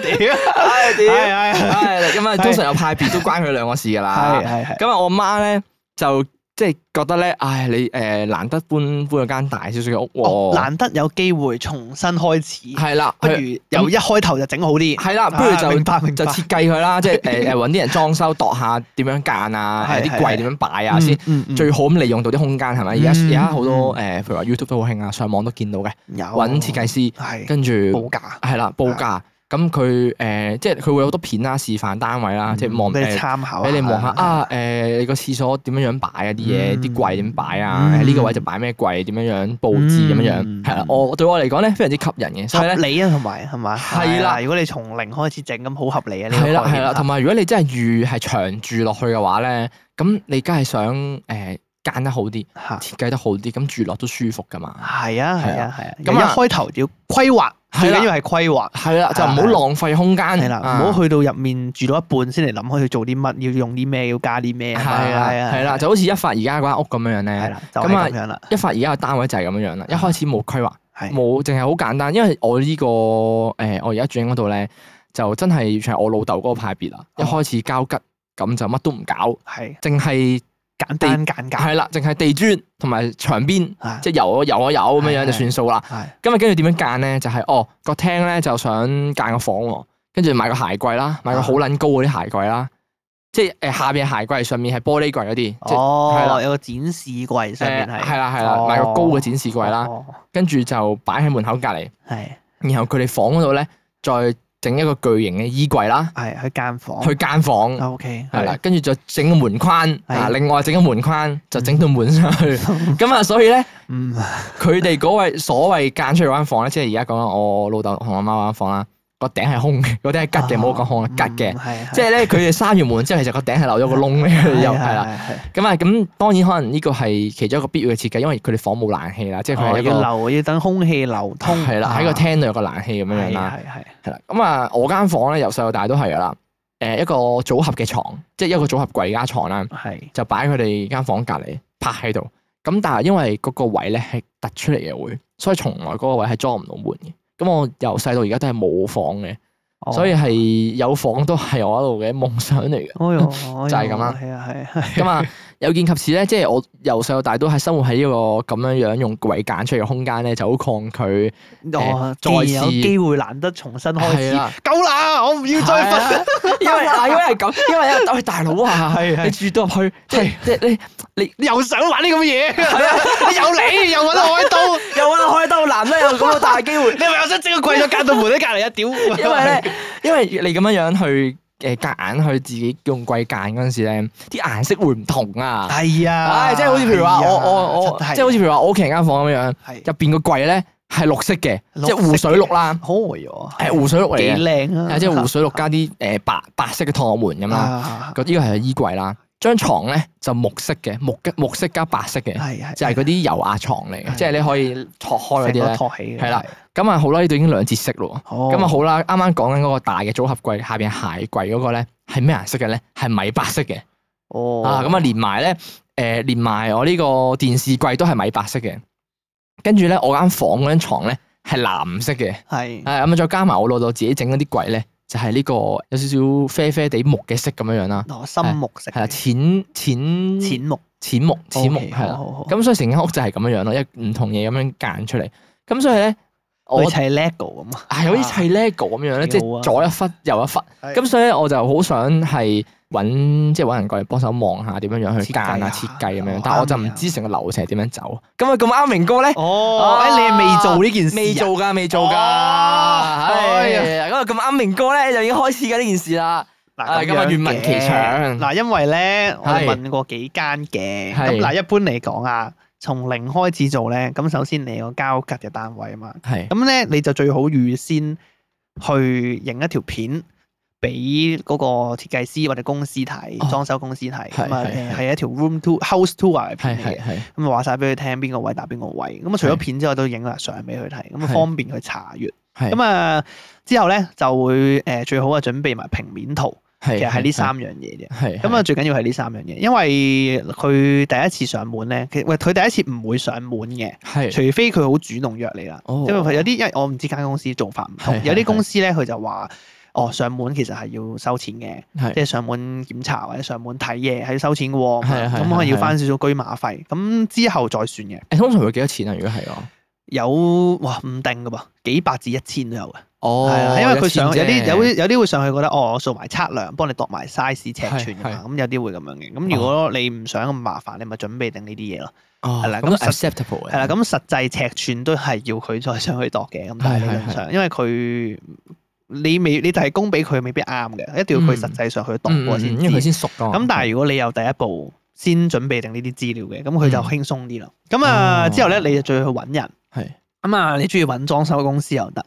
屌，
唉
係係係
係咁啊，通常有派別都關佢兩個事噶
係
啦。
係係，
咁啊，我媽咧就即係覺得咧，唉，你誒難得搬搬咗間大少少嘅屋
哦
喎，
難得有機會重新開始，
係啦，
不
佢
如由一開頭就整好啲。
係啦，不如
啊明
就
白明
就
白
設計佢啦，即係誒誒揾啲人裝修度下點樣間啊，
係
誒啲
係
櫃
係
點樣擺啊先。
嗯，嗯
最好咁利用到啲空間係咪？而家
嗯
而家好多
嗯
誒，譬如話 YouTube 都好興啊，上網都見到嘅，
有
揾設計師，
係
跟住
報價，啊
係啦報價，咁佢誒即係佢會有好多片啦、示範單位啊啦，即係望
嗯俾你
誒
參考，
俾你望下，啊誒你個廁所點樣樣擺啊啲嘢，
嗯
啲櫃點擺啊，
嗯
誒呢個位就擺咩櫃，點樣樣佈置咁樣樣，
嗯
係啦，我對我嚟講咧非常之吸引嘅，所以
合
咧。
理啊，同埋係嘛？
係啦
如果你從零開始整，咁好合理啊！呢個
係啦，
概念
係啦，同埋如果你真係預係長住落去嘅話咧，咁你梗係想誒間得好啲，
嚇
設計得好啲，咁住落都舒服噶嘛。
係啊，
係
係
啊
啊，係啊。
咁
咁
啊
一開頭要規劃，最緊要係嗯啊規劃，
系啦，就唔好
係啦
浪費空間，
啊
啊
係啦，唔好去到入面住到一半先嚟諗可以做啲乜，要用啲咩，要加啲咩
系
啊嘛。
啦，
係啊
係啦，，就好似一發而家嗰間屋咁樣樣
係
咧。
啦，就係
咁啊
咁樣啦，
一發而家嘅單位就係咁樣樣啦，一開始冇規劃，
係
冇，淨係好簡單。因為我呢、個诶、我而家住緊嗰度咧，就真係全係我老豆嗰個派別啦。一
哦
開始交吉，咁就乜都唔搞，
係
淨係
簡單簡介
係啦，淨係地磚同埋牆邊，
係
即係油啊油啊油咁樣樣就算數啦。
係
咁啊，跟住點樣間咧？就係、哦，個廳咧就想間個房喎，跟住買個鞋櫃啦，買個好撚高嗰啲鞋櫃啦，即係誒、呃下邊係鞋櫃，上面係玻璃櫃嗰啲，即係係
哦
啦，
有個展示櫃上面
誒
係
係啦係啦，
哦
買個高嘅展示櫃啦，
哦
跟住就擺喺門口隔離，
係
然後佢哋房嗰度咧再整一個巨型嘅衣櫃啦，
係去嗯間房啊
去間房。
O K
係啦，跟住就整個門框，啊，另外整個門框就整到門上 去，
嗯
咁啊，所以咧，
嗯
佢哋嗰位所謂間出嚟嗰間房咧，即係而家講緊我老豆同我媽嗰間房啦，個頂係空嘅，個頂係吉嘅，冇講
哦
空啦，啊
嗯
吉嘅，
嘅
即係咧佢哋閂完門之後，其實個頂係留咗個窿咧，又係啦，
係
咁啊，咁當然可能呢個係其中一個必要嘅設計，因為佢哋房冇冷氣啦，即係佢
哦
係一
要
個
流要等空氣流通啊
係啦，喺個廳度有個冷氣咁樣樣啦，
係係
係啦，咁啊，我間房咧由細到大都係噶啦，誒一個組合嘅床，即係一個組合櫃加床啦。
係
就擺佢哋間房隔離拍喺度。咁但係因為嗰個位咧係突出嚟嘅會，所以從來嗰個位係裝唔到門嘅。咁我由細到而家都係冇房嘅，
哦
所以係有房都係我一路嘅夢想嚟 嘅。
哎呦就
係咁啦
係啊係啊
咁啊，有見及此咧，即係我由細到大都係生活喺呢個咁樣樣用鬼揀出嚟嘅空間咧，就好抗拒。
哦，
再
既然有
試
機會難得重新開
係
始，
啦，
夠啦，我唔要再瞓。
係啊因為嗱，因為係咁，因為因為喂大佬啊，
係係
你住到入去，即係即係你你
你又想玩呢咁嘅嘢，
啊
你 又嚟又揾我開刀，
又揾開兜男咧，又咁大機會
你。係咪又想整個櫃咗隔到門喺隔離一屌？
因為咧，因為你咁樣樣去誒夾硬去自己用貴揀嗰陣時咧，啲顏色會唔同啊！
係啊，
唉，即係好似譬如話我我我，即係好似譬如話我屋企人間房咁樣，
係
入邊個櫃咧係綠色嘅，
綠色嘅
即係湖水綠啦，
好呆喎，
係湖水綠嚟
幾
嘅，
靚啊！
係即係湖水綠加啲誒白白色嘅趟門咁啦。
啊，
嗰呢個係衣櫃啦，張床咧就木色嘅，木木色加白色嘅，
係係
就係嗰啲油壓床嚟嘅，
係
即係你可以托開嗰啲
成個
咧。
托起嘅，
係啦，咁啊好啦，呢度已經兩節色咯喎。
哦，
咁啊好啦，啱啱講緊嗰個大嘅組合櫃下邊鞋櫃嗰個咧係咩顏色嘅咧？係米白色嘅、
哦
啊！咁啊連埋咧誒，連埋我呢個電視櫃都係米白色嘅。跟住咧，我間房嗰張床咧係藍色嘅，
係
係咁啊再加埋我老豆自己整嗰啲櫃咧，就係呢個有少少啡啡地木嘅色咁樣樣啦，
哦深木色，
係啦，淺淺
淺木，
淺木淺木
，OK，
係
好
啦。
好好
咁所以成間屋就係咁樣樣咯，一唔同嘢咁樣間出嚟。咁所以咧，我
好似砌 lego 咁啊，
係好似砌 lego 咁樣咧，即
幾好啊
係左一忽右一忽。
係
咁所以咧，我就好想係揾即係揾人過嚟幫手望下點樣樣去間啊設
設計啊
計咁
哦
樣，但係我就
啱
唔
你啊
知成個流程係點樣走。咁啊咁啱明哥咧，
哦，誒你係未做呢件事啊，
未做㗎，未做㗎，
哦哎
係
呀
咁啊咁啱明哥咧就已經開始緊呢件事啦。
嗱，
咁啊
樣
願聞其
嘅
詳
嗱，因為咧，我哋
係
問過幾間嘅，咁
係
嗱，一般嚟講啊，從零開始做咧，咁首先你有個交吉嘅單位啊嘛，
係
咁咧你就最好預先去影一條片俾嗰個設計師或者公司睇，
哦
裝修公司
係
睇，咁
係
啊誒
係
係一條 room tour、house tour 嘅
係
片嚟
係
嘅。
係
咁啊話晒俾佢聽邊個位搭邊個位，咁啊除咗
係
片之外都影埋相俾佢睇，咁啊
係
方便佢查閲。
係
咁啊之後咧就會誒最好啊準備埋平面圖。
係
其實係呢三樣嘢啫。
係
咁啊，最緊要係呢三樣嘢，因為佢第一次上門咧，其實喂佢第一次唔會上門嘅，
係
除非佢好主動約你啦。
哦
因為佢有啲，因為我唔知間公司做法唔同
係，係
有啲公司咧佢就話。哦，上門其實係要收錢嘅，
係
即係上門檢查或者上門睇嘢係要收錢嘅喎，
係啊係啊
咁可能要
係啊
翻少少居馬費，咁之後再算嘅，
誒通常會幾多錢啊？如果係我
有哇唔定嘅噃，幾百至一千都有嘅。
哦
係啊，因為佢
一千
上有啲
啫
有啲有啲會上去覺得哦，我掃埋測量，幫你度埋 size 尺寸㗎
係
嘛，咁有啲會咁樣嘅。咁如果你唔想咁麻煩，你咪準備定呢啲嘢咯。
哦
係啦
咁都
咁實
acceptable 嘅
係啦，咁實際尺寸都係要佢再上去度嘅，咁但係理論上，因為佢你未你提供俾佢未必啱嘅，一定要佢
嗯
實際上去度
嗯
過
嗯
先
嗯
知。
因為佢先熟㗎嘛。
咁但係如果你有第一步先準備定呢啲資料嘅，咁佢就
嗯
輕鬆啲啦。咁啊
哦
之後咧，你就再去揾人。
係
咁啊，你中意揾裝修公司又得，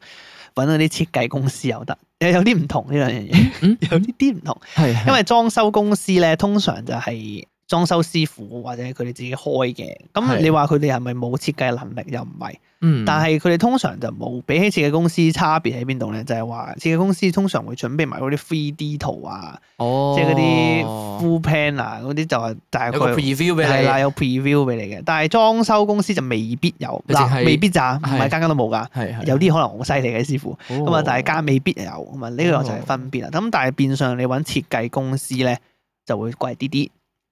揾嗰啲設計公司又得，有有啲唔同呢兩樣嘢
嗯，
有 呢啲唔同。
係係
因為裝修公司咧，通常就係裝修師傅或者佢哋自己開嘅。咁
係
你話佢哋係咪冇設計能力？又唔係。
嗯
但係佢哋通常就冇比起設計公司差別喺邊度咧？就係話設計公司通常會準備埋嗰啲 3D 圖啊，
哦
即係嗰啲 full plan 啊，嗰啲就係大概
有個 preview 俾
係
你
啦，，有 preview 俾你嘅。但係裝修公司就未必有，
佢淨
嗱
係
未必咋，唔係
係
間間都冇㗎。
係哦係
有啲可能好犀利嘅師傅，咁
咁
啊大家未必有，咁啊
哦
呢個就係分別啦。咁但係變相你揾設計公司咧就會貴啲啲，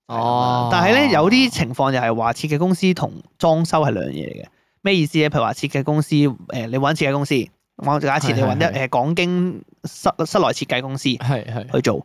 哦
但係咧有啲情況就係話設計公司同裝修係兩樣嘢嚟嘅。咩意思咧？譬如話設計公司，誒、你揾設計公司，我假設你揾
係係
一誒港經室室內設計公司去
係係
做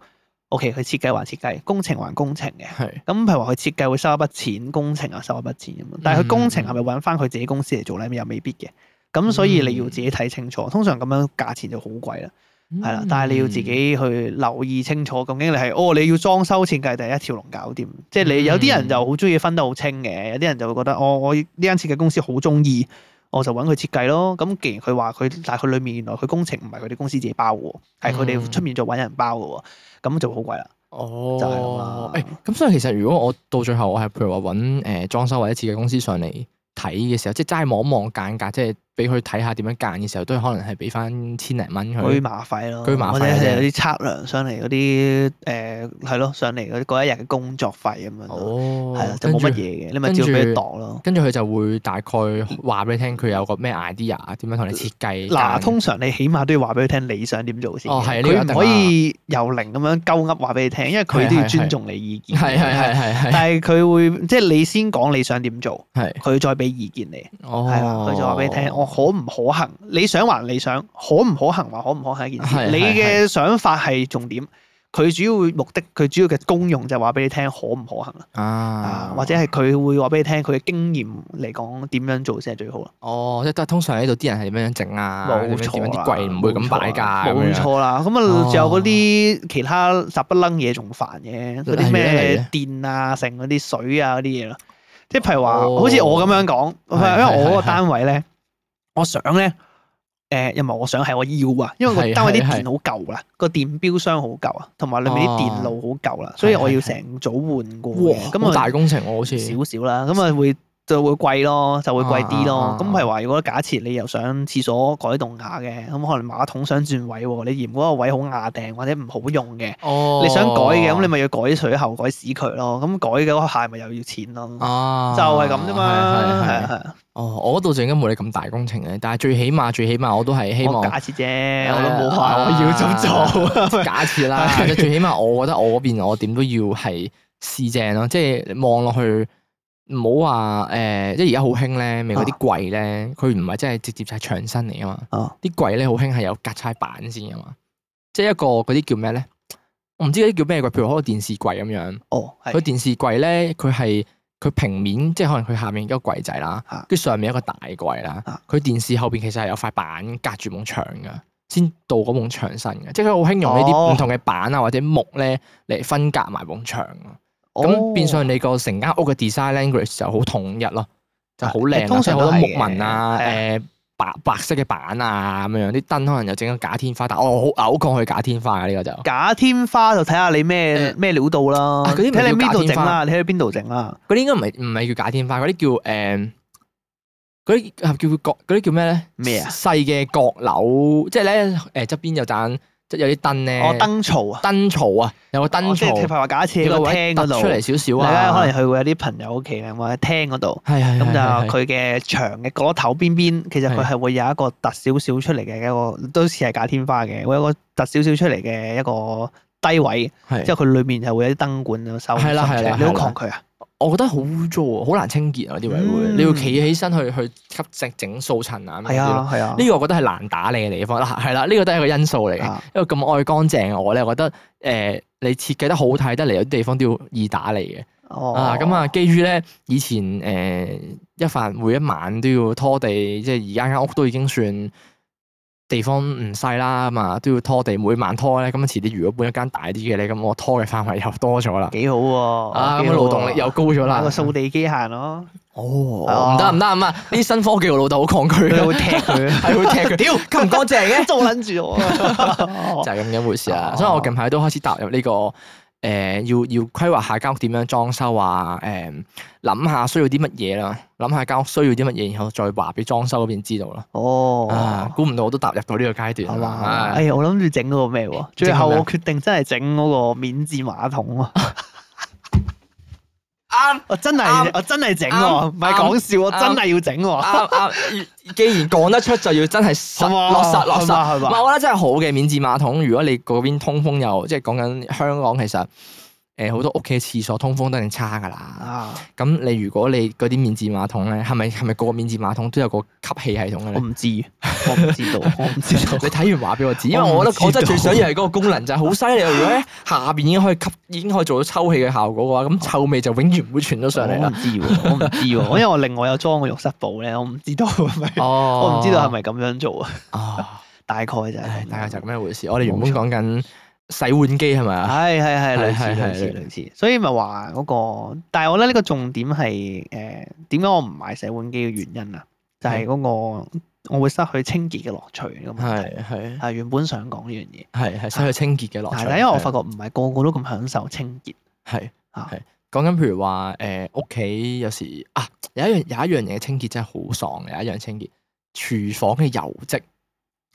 ，OK，佢設計還設計，工程還工程嘅。
係
咁譬如話佢設計會收一筆錢，工程又收一筆錢咁樣。但係佢工程係咪揾翻佢自己公司嚟做咧？又未必嘅。咁所以你要自己睇清楚，通常咁樣價錢就好貴啦，
嗯
係啦。但係你要自己去留意清楚，究竟你係哦你要裝修設計定係一條龍搞掂？即係你有啲人就好中意分得好清嘅，有啲人就會覺得哦我呢間設計公司好中意，我就揾佢設計咯。咁既然佢話佢，但係佢裡面原來佢工程唔係佢哋公司自己包嘅喎，係佢哋出面再揾人包嘅喎，咁就好貴啦。
哦，
就係咁啦
誒咁所以其實如果我到最後我係譬如話揾誒裝修或者設計公司上嚟睇嘅時候，即係齋望一望間隔，即係俾佢睇下點樣間嘅時候，都可能係俾翻千零蚊
居
佢。
馬費咯，
居馬費啊
或者係
啫
有啲測量上嚟嗰啲誒係咯，上嚟嗰啲嗰一日嘅工作費咁樣咯，
哦，
係啦，就冇乜
跟住。
嘢嘅，你咪
跟
照俾佢
住
度咯。
跟住佢就會大概話俾你聽，佢有個咩 idea 點樣同你設計。
嗱，通常你起碼都要話俾佢聽你想點做先嘅，
哦係呢個
佢
一定
唔可以由零咁樣鳩噏話俾你聽，因為佢
係
都要
係
尊重你意見。
係係係係係
但係佢會即係你先講你想點做，
係
佢再俾意見你，
哦，
係啦，佢就話俾你聽，我哦可唔可行？你想還理想，可唔可行還可唔可行係一
係
件事。
係
你嘅想法係重點，佢主要目的，佢主要嘅功用就係話俾你聽可唔可行啦，啊
啊，
或者係佢會話俾你聽佢嘅經驗嚟講點樣做先係最好啦。
哦，即係通常喺度啲人係點樣整啊？
冇
點樣
錯
點樣
啦
啲櫃唔會咁擺㗎，
冇
咁樣。
錯啦。
哦
咁啊，仲有嗰啲其他雜不楞嘢仲煩嘅，
例如
嗰啲
咧
咩電啊、剩嗰啲水啊嗰啲嘢咯。即係譬如話，
哦
好似我咁樣講，
係
因為我嗰
係
個
係
單位咧，我想咧，誒又唔係我想係我要啊，因為
係
個單位啲
係係
電好舊啦，個電錶箱好舊啊，同埋裏面啲電路好舊啦，所以
係係
我要
係
成組換過嘅。
哇，
咁
咁
啊
大工程喎，好似
少少啦，咁啊會就會貴咯，就會貴啲
啊啊啊
咯。咁譬如話，如果假設你又想廁所改動下嘅，咁可能馬桶想轉位喎，你嫌嗰個位好牙定或者唔好用嘅，
哦，
你想改嘅，咁你咪要改水喉、改屎渠咯。咁改嘅嗰下咪又要錢咯，
啊，
就係咁啫嘛。係
係係
啊
係。
係啊，
哦，我嗰度就應該冇你咁大工程嘅，但係最起碼最起碼我都係希
我
望啊
假設啫，我都冇話我 要咁做。啊
假設啦，即係最起碼我覺得我嗰邊我點都要係試正咯，即係望落去唔好話誒，即係而家好興咧，咪嗰啲櫃咧，佢唔係真係直接就係牆身嚟啊嘛。
啊哦
啲櫃咧好興係有隔差板先噶嘛，即係一個嗰啲叫咩咧？我唔知嗰啲叫咩櫃，譬如可能電視櫃咁樣，
哦，
佢
係
電視櫃咧佢係佢平面，即係可能佢下面一個櫃仔啦
啊，
跟住上面一個大櫃啦
啊，
佢電視後邊其實係有塊板隔住埲牆噶。先到嗰埲牆身嘅，即係佢好興用呢啲
哦
唔同嘅板啊或者木咧嚟分隔埋埲牆啊，
哦
咁變相你個成間屋嘅 design language 就好統一咯，就好靚啊，
通常
即係好多
都係
木
嘅
紋啊，
係啊
誒白白色嘅板啊咁樣，啲燈可能又整咗假天花，但我好嘔抗去假天花嘅呢個就，
假天花就睇下你咩咩料到啦，
啊嗰啲唔
睇你
叫假
邊度
天
整
花
啦，你喺邊度整啦。
嗰啲應該唔係唔係叫假天花，嗰啲叫誒嗰啲啊叫角嗰啲叫咩咧？
咩啊
細嘅閣樓，即係咧誒側邊有盞即係有啲燈咧，
哦，燈槽啊。
燈槽啊，有個
哦
燈
即係譬如
槽，
話假設
有
個
個
廳
位突
嗰度，
出嚟少少
大家
啊，
可能去過有啲朋友屋企嘅，或者廳嗰度，
係係
咁
係係
就
係
佢嘅牆嘅角落頭邊邊，其實佢係會有一個凸少少出嚟嘅一個，都似係假天花嘅，會有一個凸少少出嚟嘅一個低位，
係
之後佢裏面就會有啲燈管咁收。
係啦係啦
收出嚟你好
係啦
抗拒啊？
我覺得好污糟啊，好難清潔啊啲位會，
嗯
你要企起身去去吸整整掃塵啊咁樣
係
啲咯。
啊係啊，
呢個我覺得係難打理嘅地方啦，係啦，呢個都係一個因素嚟嘅。
啊
因為咁愛乾淨嘅我咧，我覺得誒、呃你設計得好睇得嚟，有啲地方都要易打理嘅。
哦
啊，咁啊，基於咧以前誒、呃一凡每一晚都要拖地，即係而家間屋都已經算地方唔細啦，咁啊都要拖地，每晚拖咧，咁啊遲啲如果搬一間大啲嘅咧，咁我拖嘅範圍又多咗啦，
幾好啊喎，
啊
幾
咁啊
好
勞
喎
動力又高咗
買
啦
個。掃地機 械咯，
哦，唔得唔得唔得，呢啲新科技我老豆好抗拒啊
佢
嘅，
會踢 佢，
係會踢佢，屌咁唔乾淨 嘅，
做撚住我
就。係咁嘅一回事啊。
哦
所以我近排都開始踏入呢個诶，要要規劃下間屋點樣裝修啊，诶，諗下需要啲乜嘢啦，諗下間屋需要啲乜嘢，然後再話俾裝修嗰邊知道啦。啊
哦，，
估唔到我都踏入到呢個階
係
段啦
嘛？
啊
哎。呀，我諗住整嗰個咩喎？ 啊最後我決定真係整嗰個免治馬桶啊喎！
啱
我真
啱
係我真係整
啱
喎，唔係講笑，我真係要整喎，
啱 啱，既然講得出就要真係實
好嘛
落實落
好
實。
嘛係
唔
嘛？
係，我覺得真係好嘅免治馬桶。如果你嗰邊通風又即係講緊香港，其實誒好多屋企嘅廁所通風都一定差㗎啦。
啊，
咁你如果你嗰啲免治馬桶咧，係咪係咪個免治馬桶都有個吸氣系統嘅
我
咧？
唔知，我唔知 道，我唔知道
你。睇完話俾我知，因為
我唔
我覺
知
得
道
我真係最想要係嗰個功能就係好犀利。如果咧下邊已經可以吸，已經可以做到抽氣嘅效果嘅話，咁臭味就永遠唔會傳到上嚟
我
啦
唔。知喎，我唔知喎，因為我另外有裝個浴室寶咧，我唔知道係咪，
哦
我唔知道係咪咁樣做啊，
啊，
大概就係
唉
咁樣，
大概就咁樣一回事。我哋原本講緊洗碗機係咪啊？
係係係類似
係係
類似
係
類似，所以咪話嗰個，但係我覺得呢個重點係誒點解我唔買洗碗機嘅原因啊，就係嗰個我會失去清潔嘅樂趣呢個問題。
係係
係原本想講呢樣嘢，
係係失去清潔嘅樂
但
趣。
係咧，因為
係
我發覺唔係個個都咁享受清潔
係
啊
係講緊譬如話誒屋企有時啊有一樣有一樣嘢清潔真係好爽嘅，有一樣清潔廚房嘅油漬。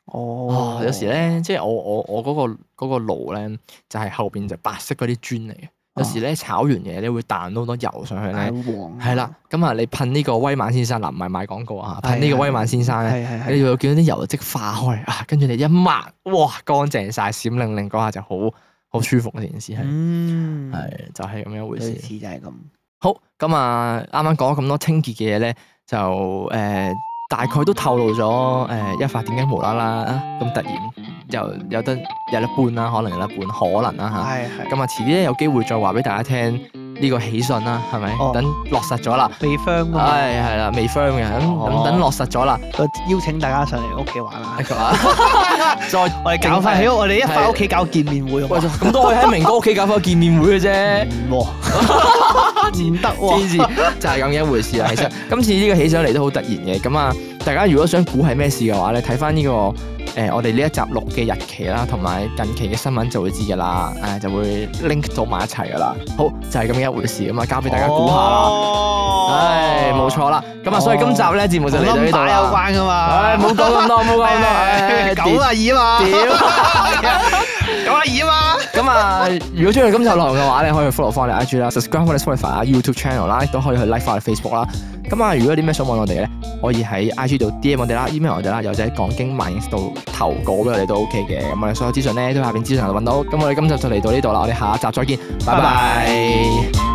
哦
哦，，有時咧，即係我我我嗰、個嗰、個爐咧，就係、後邊就白色嗰啲磚嚟嘅。有時咧炒完嘢咧會彈到好多油上去
啊係啊
咧，
黃，
係啦。咁啊，你噴呢個威猛先生嗱，唔係賣廣告啊，噴呢個
係係
威猛先生咧，
係係
你
係，
就會見到啲油即化開啊，跟住你一抹，哇，乾淨晒，閃靈靈嗰下就好好舒服嘅件事係，
嗯，
係就係咁樣一回
類
事。
似就係咁。
好，咁啊，啱啱講咗咁多清潔嘅嘢咧，就誒、呃大概都透露咗誒、呃一發點解無啦啦啊咁突然又有得有一半啦，可能有一半可能啦
係係
嚇。咁啊，遲啲咧有機會再話俾大家聽呢個喜訊啦，係咪？
哦
等落實咗啦，
未 firm 啊嘛，
唉係啦，未 firm 嘅，咁咁等
哦
落實咗啦，
我邀請大家上嚟屋企玩啦。
再
我哋搞翻喺我哋一翻屋企搞見面會好唔啊
喂
好，
咁都可以喺明哥屋企搞翻個見面會嘅啫。
唔得
黐
喎，
線就係咁樣一回事啦。啊其實 今次呢個起上嚟都好突然嘅，咁啊，大家如果想估係咩事嘅話咧，睇翻呢個誒、呃我哋呢一集錄嘅日期啦，同埋近期嘅新聞就會知噶啦，誒、就會 link 到埋一齊噶啦。好，就係咁樣一回事咁啊，交 俾大家估下
哦
啦。
啦
唉，冇錯啦。咁啊，所以今集
哦
咧節目就嚟到呢度
有
啦。
關噶嘛，
唉，冇講咁多，冇講咁多。唉
唉 九啊二啊嘛， 九啊二啊嘛，
咁啊，如果中意今集內容嘅話咧，可以 follow 翻我哋 IG 啦，subscribe 我哋 Spotify 啊 YouTube channel 啦，亦都可以去 like 翻我哋 Facebook 啦。咁啊，如果有啲咩想問我哋嘅咧，可以喺 IG 度 DM 我哋啦，email 我哋啦，又或者喺講經萬應室度投稿俾我哋都 OK 嘅。咁我啊哋所有資訊咧都喺下邊資訊度揾到。咁我哋今集就嚟到呢度啦，我哋下一集再見，拜
拜
拜